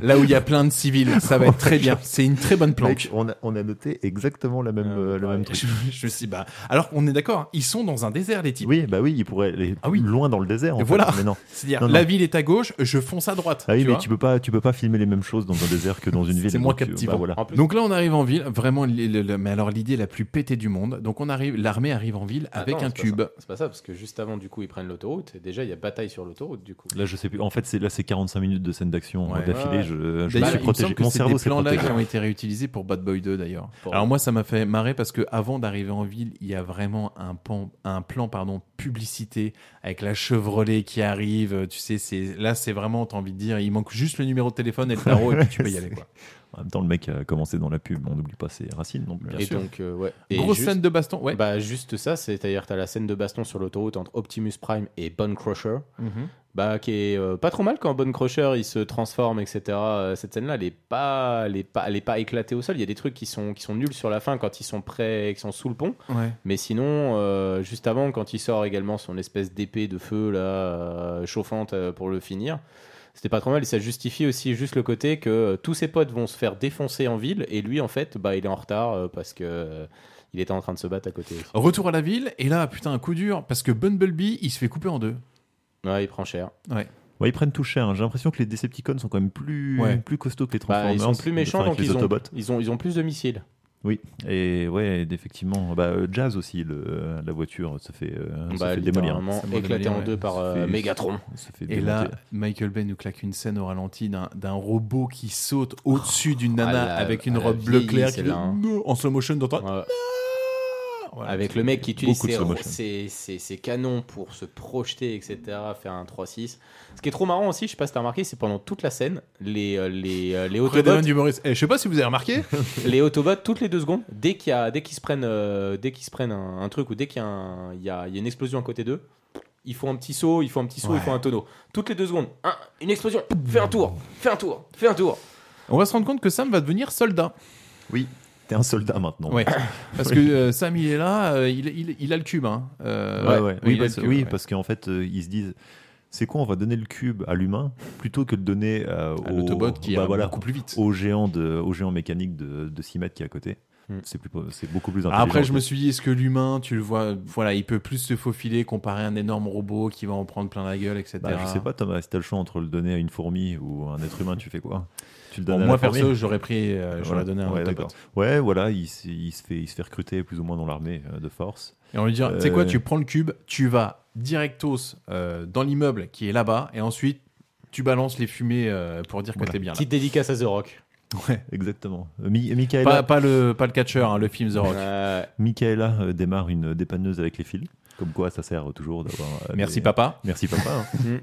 là où il y a plein de civils ça va être très bien c'est une très bonne planque Mec, on, a, on a noté exactement la même, euh, le même truc. je me suis dit, bah alors qu'on est d'accord hein, ils sont dans un désert les types Oui, bah oui, il pourrait aller loin dans le désert. En voilà fait, mais non. c'est-à-dire Non, non. la ville est à gauche je fonce à droite Ah oui, tu mais vois. tu peux pas, tu peux pas filmer les mêmes choses dans un désert que dans une ville. C'est moins donc, euh, captivant. bah voilà. Donc là, on arrive en ville. Vraiment, le- le- le- mais alors l'idée la plus pétée du monde. Donc on arrive, l'armée arrive en ville avec Attends, un Ah c'est pas cube. ça. C'est pas ça, parce que juste avant, du coup, ils prennent l'autoroute. Et déjà, il y a bataille sur l'autoroute, du coup. Là, je sais plus. En fait, c'est là, c'est 45 minutes de scène d'action Ouais. d'affilée. Ouais. Je, je me D'ailleurs, suis il me protégé. semble que Mon c'est cerveau des s'est plans là protégé. qui ont été réutilisés pour Bad Boy 2 d'ailleurs. Pour- Alors moi, ça m'a fait marrer parce que avant d'arriver en ville, il y a vraiment un pan, un plan pardon publicité avec la Chevrolet qui arrive. Tu sais, c'est là, c'est vraiment t'as envie de dire, il manque juste le numéro de téléphone et le tarot et puis tu peux y aller quoi. En même temps, le mec a commencé dans la pub. On n'oublie pas ses racines. Donc, bien et sûr. donc, euh, ouais. Grosse scène de baston, ouais. Bah, juste ça, c'est-à-dire, t'as la scène de baston sur l'autoroute entre Optimus Prime et Bone Crusher. Mhm. Bah, qui est euh, pas trop mal quand Bone Crusher il se transforme, etc. Euh, Cette scène-là, elle est pas, elle est pas, elle est pas éclatée au sol. Il y a des trucs qui sont, qui sont nuls sur la fin quand ils sont prêts, qui sont sous le pont. Ouais. Mais sinon, euh, juste avant, quand il sort également son espèce d'épée de feu là, euh, chauffante euh, pour le finir, c'était pas trop mal. Et ça justifie aussi juste le côté que euh, tous ses potes vont se faire défoncer en ville et lui, en fait, bah, il est en retard euh, parce que euh, il était en train de se battre à côté. aussi. Retour à la ville et là, putain, un coup dur parce que Bumblebee, il se fait couper en deux. Ouais, il prend cher. Ouais. Ouais, ils prennent tout cher. hein. J'ai l'impression que les Decepticons sont quand même plus, Ouais. plus costauds que les Bah, Transformers. ils sont plus méchants, enfin, donc avec les ils ont, Autobots. ils, ont, ils ont plus de missiles. Oui, et ouais, effectivement, bah, euh, Jazz aussi, le, euh, la voiture se fait, euh, se Bah, fait démolir. littéralement Se fait éclaté démolir, en deux par, Se euh, fait- Megatron. se fait Et là, démonter. Michael Bay nous claque une scène au ralenti d'un d'un robot qui saute au-dessus Oh, d'une nana à la- avec une à la robe bleu vieille, clair qui celle-là, hein. fait No en slow motion Ah, d'entendre. Avec le mec qui utilise beaucoup de ses, slow motion. ses- ses- ses canons pour se projeter, etc., faire un 3-6. Ce qui est trop marrant aussi, je sais pas si t'as remarqué, c'est pendant toute la scène, les, euh, les, euh, les Près d'Alan Autobots, du Maurice. Eh, je sais pas si vous avez remarqué. les Autobots, toutes les deux secondes, dès qu'il y a- dès qu'ils se prennent, euh, dès qu'ils se prennent un, un truc ou dès qu'il y, a un- il y a il y a une explosion à côté d'eux, ils font un petit saut, ils font un petit saut, Ouais. ils font un tonneau. Toutes les deux secondes, un- une explosion, fais un tour, fais un tour, fais un tour. On va se rendre compte que Sam va devenir soldat. Oui, t'es un soldat maintenant. Ouais. Parce que euh, Sam, il est là, euh, il, il- il a le cube. hein. Euh, Ouais, ouais. Oui, il a parce, le cube, oui, ouais. parce qu'en fait, euh, ils se disent. C'est quoi On va donner le cube à l'humain plutôt que de le donner euh, À au- Ah, l'autobot qui bah ira voilà, beaucoup plus vite. au géant de, au géant mécanique de, de 6 mètres qui est à côté. C'est plus, c'est beaucoup plus intelligent. Hmm. Ah, Après, je me suis dit, est-ce que l'humain, tu le vois, voilà, il peut plus se faufiler comparé à un énorme robot qui va en prendre plein la gueule, etc. Bah, je sais pas, Thomas, si t'as le choix entre le donner à une fourmi ou à un être humain, tu fais quoi Tu le Bon, donnes à moi, la fourmi perso, j'aurais pris, euh, j'aurais donné à un ouais, autobot. d'accord. Ouais, voilà, il, s- il se fait, il se fait recruter plus ou moins dans l'armée euh, de force. Et on lui dit, tu sais quoi, Euh, tu prends le cube, tu vas directos euh, dans l'immeuble qui est là-bas, et ensuite tu balances les fumées euh, pour dire que Voilà. t'es bien là. Petite dédicace à The Rock. Ouais, exactement. Euh, Mi- Michaela, Pas, pas le, pas le catcher, hein, le film The Rock. Michaela, euh, démarre une dépanneuse avec les fils. Comme quoi, ça sert toujours d'avoir. euh, Merci, des- papa. Merci papa. hein. Mm.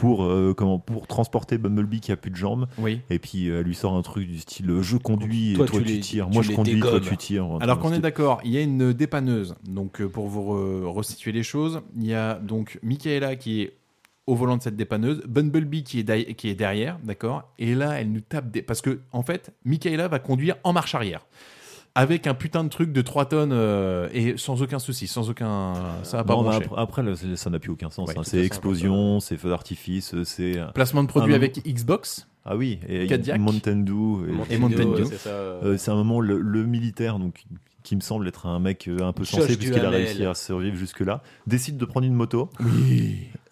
Pour, euh, comment, pour transporter Bumblebee qui a plus de jambes. Oui. Et puis euh, elle lui sort un truc du style euh, je conduis et Toi, toi, tu tu, les- tires. tu Moi je les conduis, toi dégommes. tu tires. Un Alors truc qu'on dans est ce d'accord, il y a une dépanneuse. Donc euh, pour vous re- resituer les choses, il y a donc Michaela qui est au volant de cette dépanneuse, Bumblebee qui est, dai- qui est derrière, d'accord Et là, elle nous tape des... Parce que, en fait, Michaela va conduire en marche arrière. Avec un putain de truc de 3 tonnes euh, et sans aucun souci, sans aucun... Ça va pas Non, mais brancher. après, après, là, c'est- ça n'a plus aucun sens. Ouais, hein. de toute C'est façon, explosion, c'est feu d'artifice, c'est. euh, Placement de produits un avec moment- Xbox. Ah oui, et Cadillac. Mountain Dew. Et Mountain Dew, ouais, c'est C'est ça, euh. un moment, le, le militaire, donc, qui me semble être un mec euh, un peu Josh sensé, puisqu'il a Duhamel. réussi à survivre jusque-là, décide de prendre une moto.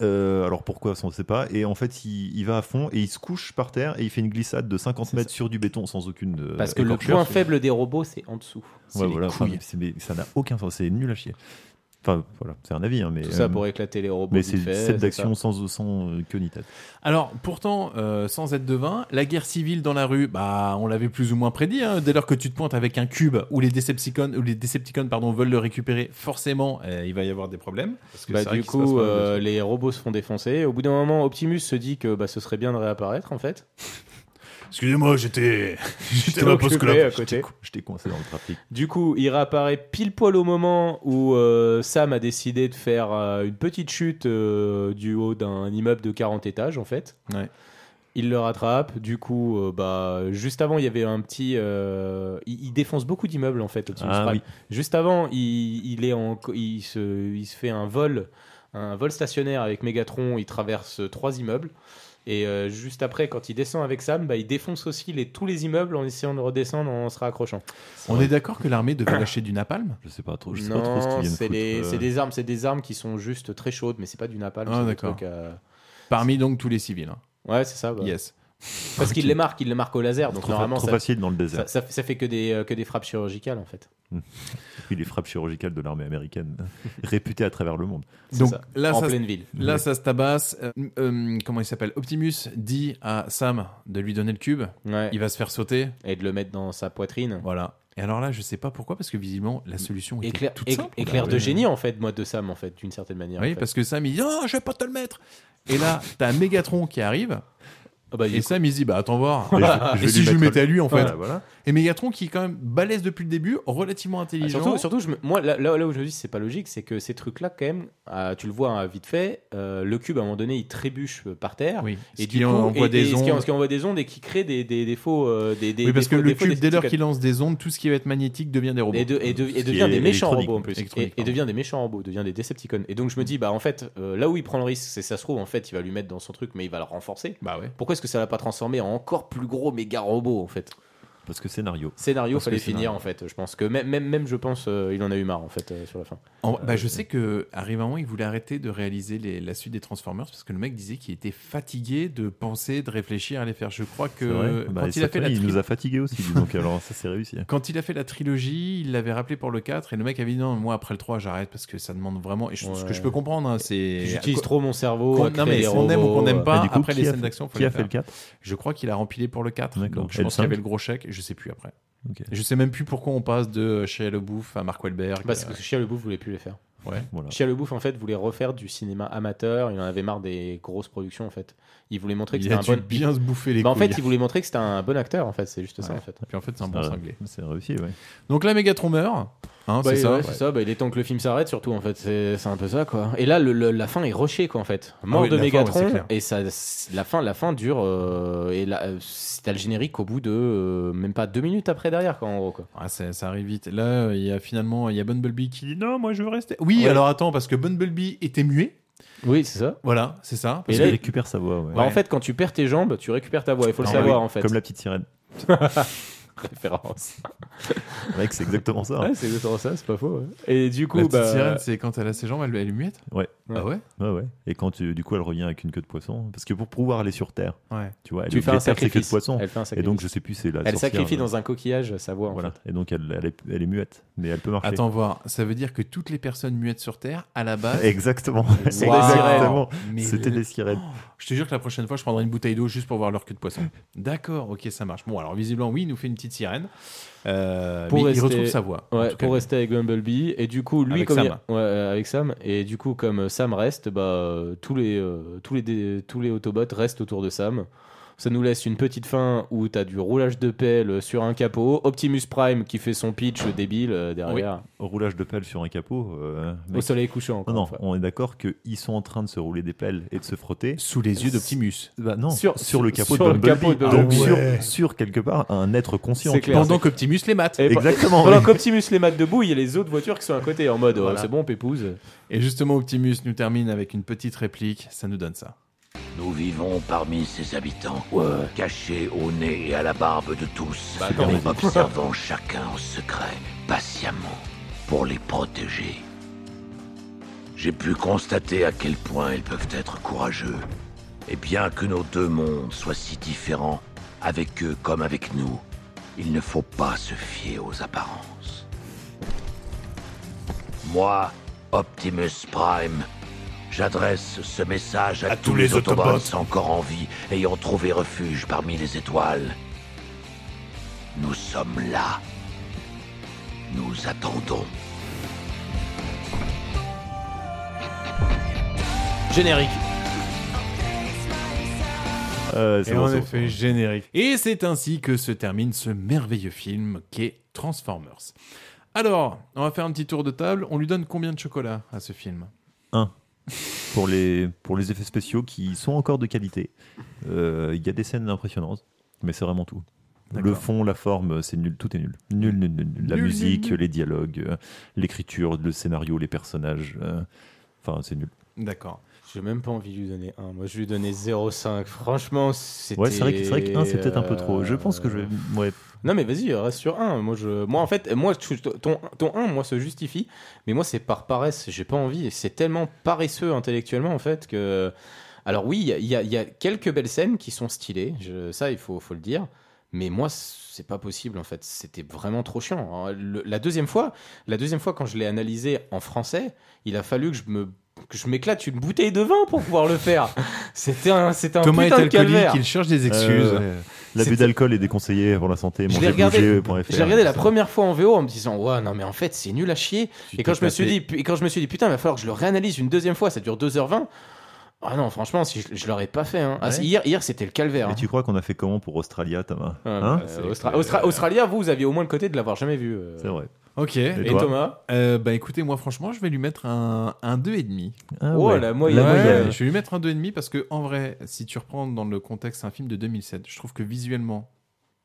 Euh, alors pourquoi, on ne sait pas. Et en fait, il, il va à fond et il se couche par terre et il fait une glissade de 50 mètres sur du béton sans aucune. euh, Parce que le écorchure. point faible des robots, c'est en dessous. Ouais, voilà, enfin, c'est- mais ça n'a aucun sens, c'est nul à chier. Enfin, voilà, c'est un avis. hein, mais, Tout euh, ça pour éclater les robots Mais vite c'est fait, cette c'est d'action ça. sans, sans euh, queue ni tête. Alors, pourtant, euh, sans être devin, la guerre civile dans la rue, bah, on l'avait plus ou moins prédit. hein. Dès lors que tu te pointes avec un cube où les Decepticons, ou les Decepticons pardon, veulent le récupérer, forcément, euh, il va y avoir des problèmes. Parce que Bah, c'est vrai du qu'il se passe coup, pas mal de euh, les robots se font défoncer. Au bout d'un moment, Optimus se dit que bah, ce serait bien de réapparaître en fait. Excusez-moi, j'étais. J'étais là, occupé post-clope. à côté. J'étais coincé dans le trafic. Du coup, il réapparaît pile poil au moment où euh, Sam a décidé de faire euh, une petite chute euh, du haut d'un immeuble de 40 étages en fait. Ouais. Il le rattrape. Du coup, euh, bah, juste avant, il y avait un petit. euh, il, il défonce beaucoup d'immeubles en fait. Optimus Ah Prime. oui. Juste avant, il, il est en, co- il, se, il se fait un vol un vol stationnaire avec Megatron, il traverse euh, trois immeubles. Et euh, juste après, quand il descend avec Sam, bah, il défonce aussi les, tous les immeubles en essayant de redescendre en se raccrochant. On est d'accord que l'armée devait lâcher du napalm Je sais pas Oh, trop, non, c'est euh, des, c'est des armes, c'est des armes qui sont juste très chaudes, mais c'est pas du napalm. euh. Ah, c'est des d'accord. trucs, euh, Parmi donc tous les civils. hein. Ouais, c'est ça. bah. Yes. Parce qu'il les marque, il les marque au laser, donc Trop fa- normalement trop ça- facile dans le désert. Ça, ça- ça fait que des euh, que des frappes chirurgicales en fait. Puis les frappes chirurgicales de l'armée américaine, réputées à travers le monde. Donc là, en ça, pleine ville. Là, Ouais. ça se tabasse. Euh, euh, comment il s'appelle Optimus dit à Sam de lui donner le cube. Il va se faire sauter. Et de le mettre dans sa poitrine. Voilà. Et alors là, je sais pas pourquoi, parce que visiblement, la solution est Éclair, toute éc- simple. éclair Bah, de oui. génie en fait, moi de Sam en fait, d'une certaine manière. Oui, en fait. parce que Sam, il dit Ah, je vais pas te le mettre Et là, t'as Megatron qui arrive. et Sam, il se dit Bah, attends voir. Et je vais- je vais et si lui je le mettre mettais à le- lui, en fait Voilà, voilà. Et Megatron, qui est quand même balèze depuis le début, relativement Ah, intelligent. Surtout, surtout je me- moi, là, là- là où je me dis que c'est pas logique, c'est que ces trucs-là, quand même, ah, tu le vois hein, vite fait, euh, le cube à un moment donné, il trébuche euh, par terre. Oui, et ce du qui coup, envoie et- des et ce qui- ondes. ce qui envoie des ondes et qui crée des, des, des faux. euh, des, des, oui, parce des que faux- le des faux- cube, des dès lors stickers. qu'il lance des ondes, tout ce qui va être magnétique devient des robots. Et, de- et de- et devient des méchants robots en plus. Et, et devient des méchants robots, devient des Decepticons. Et donc je me dis, bah en fait, euh, là où il prend le risque, c'est ça se trouve, en fait, il va lui mettre dans son truc, mais il va le renforcer. Bah ouais. Pourquoi est-ce que ça l'a pas transformé en encore plus gros méga robot en fait Parce que scénario. Scénario, Parce que fallait scénario. finir en fait. Je pense que même, même, même je pense, euh, il en a eu marre en fait euh, sur la fin. En- bah, je sais que arrive un moment, il voulait arrêter de réaliser les- la suite des Transformers parce que le mec disait qu'il était fatigué de penser, de réfléchir à les faire. Je crois C'est vrai. que Bah, quand il et a fait Saturne, la il tri- nous a fatigués aussi, dis donc alors ça c'est réussi. hein. quand il a fait la trilogie, il l'avait rappelé pour le 4 et le mec avait dit non, moi après le 3 j'arrête parce que ça demande vraiment et je- ce Ouais. que je peux comprendre hein, c'est J'utilise trop mon cerveau Qu'on- à Non créer mais des si on aime ou qu'on robots, n'aime euh. pas Et du coup, après qui les a scènes fait- d'action, faut Bah, qui les a fait faire. le 4? Je crois qu'il a rempilé pour le 4. D'accord. Donc je Et le pense qu'il y avait 5? le gros chèque, je sais plus après. Ok. Je sais même plus pourquoi on passe de Shia LeBouf à Mark Wahlberg. Bah, c'est euh, parce que Chia Lebouf voulait plus les faire. Ouais. Voilà. Chia Lebouf en fait voulait refaire du cinéma amateur. Il en avait marre des grosses productions en fait. Il voulait montrer que Il c'était a un dû bon. bien se bouffer les Bah, en fait, couilles. il voulait montrer que c'était un bon acteur en fait. C'est juste ça Ouais. en fait. Et puis en fait, c'est un bon Ah, cinglé. C'est réussi, ouais. Donc là, Megatron meurt. Hein, Bah, c'est ça. ouais, Bah, il est temps que le film s'arrête surtout en fait. C'est c'est un peu ça quoi. Et là, le- le- la fin est rushée quoi en fait. Mort Ah oui, de la fin, ouais, Megatron c'est clair. et ça, c'est- la fin, la fin dure euh, et là, euh, c'est- t'as le générique au bout de euh, même pas deux minutes après derrière quoi en gros quoi. Ah, ça, ça arrive vite. Là, euh, il y a finalement il y a Bumblebee qui dit non, moi je veux rester. Oui, Ouais. alors attends, parce que Bumblebee était muet. Oui, c'est ça. Voilà, c'est ça. Et Parce là, que- Il récupère sa voix, ouais. Bah, en fait, quand tu perds tes jambes, tu récupères ta voix. Il faut le Ah, savoir oui, en fait. Comme la petite sirène. référence. Mec, c'est exactement ça. Ouais, c'est exactement ça, c'est pas faux. ouais. Et du coup, la petite bah, sirène, c'est quand elle a ses jambes, elle, elle est muette. Ouais. Ah ouais Ouais, ouais. Et quand tu- du coup, elle revient avec une queue de poisson, parce que pour pouvoir aller sur Terre, Ouais. tu vois, elle Tu est obligée fais un de perdre ses queues de sacrifice. poisson. Elle fait un Et sacrifice. donc, je sais plus, c'est la elle sorcière, sacrifie euh, dans un coquillage sa voix. en Voilà. fait. Et donc, elle, elle est, elle est muette, mais elle peut marcher. Attends voir, ça veut dire que toutes les personnes muettes sur Terre, à la base. Exactement. C'est Wow. des sirènes. Exactement. Mais C'était le- des sirènes. Oh, je te jure que la prochaine fois, je prendrai une bouteille d'eau juste pour voir leur queue de poisson. D'accord, ok, ça marche. Bon, alors visiblement, oui, il nous fait une petite sirène. Euh, mais il retrouve sa voix. en Ouais, tout cas. pour rester avec Bumblebee. Et du coup, lui, Avec comme Sam. il- ouais, euh, avec Sam. Et du coup, comme euh, Sam reste, bah, euh, tous, les, euh, tous, les, dé- tous les Autobots restent autour de Sam. Ça nous laisse une petite fin où t'as du roulage de pelle sur un capot. Optimus Prime qui fait son pitch débile euh, derrière. Au roulage de pelle sur un capot. euh, Au mec. soleil couchant. encore Non, non, une fois. on est d'accord qu'ils sont en train de se rouler des pelles et de se frotter. Sous les yeux d'Optimus. Bah non, Sur- sur, le capot sur de le Bumblebee. capot de Donc Bumblebee. sur, Ouais. sur quelque part un être conscient. C'est tu clair. vois. Pendant qu'Optimus les mate. Et pe- Exactement, Pendant oui. qu'Optimus les mate debout, il y a les autres voitures qui sont à côté en mode euh, Voilà. c'est bon, pépouze. Et justement, Optimus nous termine avec une petite réplique. Ça nous donne ça. Nous vivons parmi ces habitants, euh, cachés au nez et à la barbe de tous, Bah, en attends, mais- observant chacun en secret, patiemment, pour les protéger. J'ai pu constater à quel point ils peuvent être courageux. Et bien que nos deux mondes soient si différents, avec eux comme avec nous, il ne faut pas se fier aux apparences. Moi, Optimus Prime, j'adresse ce message à, tous, les Autobots, encore en vie, ayant trouvé refuge parmi les étoiles. Nous sommes là. Nous attendons. Générique. Euh, c'est Et bon, en c'est bon. effet, générique. Et c'est ainsi que se termine ce merveilleux film qu'est Transformers. Alors, on va faire un petit tour de table. On lui donne combien de chocolat à ce film Un. Pour les, pour les effets spéciaux qui sont encore de qualité. Euh, Il y a des scènes impressionnantes, mais c'est vraiment tout. Le D'accord. fond, la forme, c'est nul, tout est nul. Nul, nul, nul. nul. La Nul, nul, musique, nul. les dialogues, euh, l'écriture, le scénario, les personnages. euh, Enfin, c'est nul. D'accord. J'ai même pas envie de lui donner 1. Moi, je lui donnais 0,5. Franchement, c'était. Ouais, c'est vrai que- c'est vrai que un, c'est peut-être un peu trop. Je pense que je vais- ouais. Non, mais vas-y, reste sur 1. Moi, je... moi en fait, moi, je- ton, ton 1, moi, se justifie. Mais moi, c'est par paresse. J'ai pas envie. Et c'est tellement paresseux intellectuellement, en fait, que. Alors, oui, il y a- il y, a- il y a quelques belles scènes qui sont stylées. Je- Ça, il faut, faut le dire. Mais moi, c'est pas possible en fait. C'était vraiment trop chiant. Alors, le- la deuxième fois, la deuxième fois quand je l'ai analysé en français, il a fallu que je me que je m'éclate une bouteille de vin pour pouvoir le faire. C'était un, c'était un Thomas putain est de calvaire. alcoolique, il cherche des excuses. Euh, ouais. L'abus C'était- d'alcool est déconseillé pour la santé. Je mangez, l'ai regardé, bougez.fr. je l'ai regardé la première fois en VO en me disant ouais non mais en fait c'est nul à chier et quand t'es je me suis tapé. dit et quand je me suis dit putain il va falloir que je le réanalyse une deuxième fois ça dure 2h20 ah non franchement si je, je l'aurais pas fait hein. Ah, Ouais. c'est- hier hier c'était le calvaire Et hein. tu crois qu'on a fait comment pour Australia, Thomas Ouais, Hein bah, Austra- Austra- Australia vous vous aviez au moins le côté de l'avoir jamais vu euh. C'est vrai. Ok. Et Et toi Thomas Euh, Bah écoutez, moi franchement, je vais lui mettre un, un 2,5. Ah Oh, ouais. la moyenne. Ouais, moyenne. Je vais lui mettre un 2,5 parce que, en vrai, si tu reprends dans le contexte un film de 2007, je trouve que visuellement,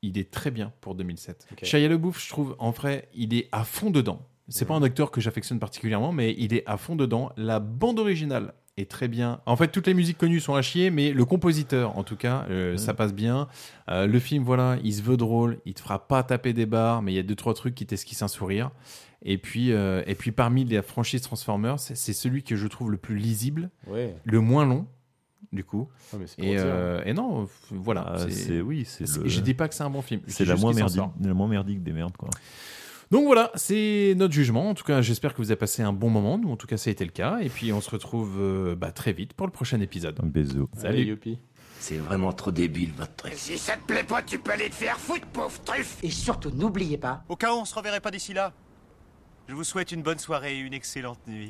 il est très bien pour 2007. Ok. Shia LaBeouf, je trouve, en vrai, il est à fond dedans. C'est pas un acteur que j'affectionne particulièrement, mais il est à fond dedans. La bande originale est très bien. En fait, toutes les musiques connues sont à chier, mais le compositeur, en tout cas, euh, ça passe bien. Euh, le film, voilà, il se veut drôle, il te fera pas taper des barres, mais il y a deux trois trucs qui t'esquissent un sourire. Et puis, euh, et puis parmi les franchises Transformers, c'est c'est celui que je trouve le plus lisible, Ouais. le moins long, du coup. Ouais, mais c'est pour et, dire. hein. euh, et non, f- voilà. Ah, c'est oui, c'est. c'est- le- Je dis pas que c'est un bon film. je C'est dis la juste moins qu'il s'en merdique, sort. la moins merdique des merdes quoi. Donc voilà, c'est notre jugement. En tout cas, j'espère que vous avez passé un bon moment. Nous, en tout cas, ça a été le cas. Et puis, on se retrouve euh, bah, très vite pour le prochain épisode. Un bisou. Salut. C'est vraiment trop débile votre truc. Si ça te plaît pas, tu peux aller te faire foutre, pauvre truffe Et surtout, n'oubliez pas, Au cas où on se reverrait pas d'ici là, je vous souhaite une bonne soirée et une excellente nuit.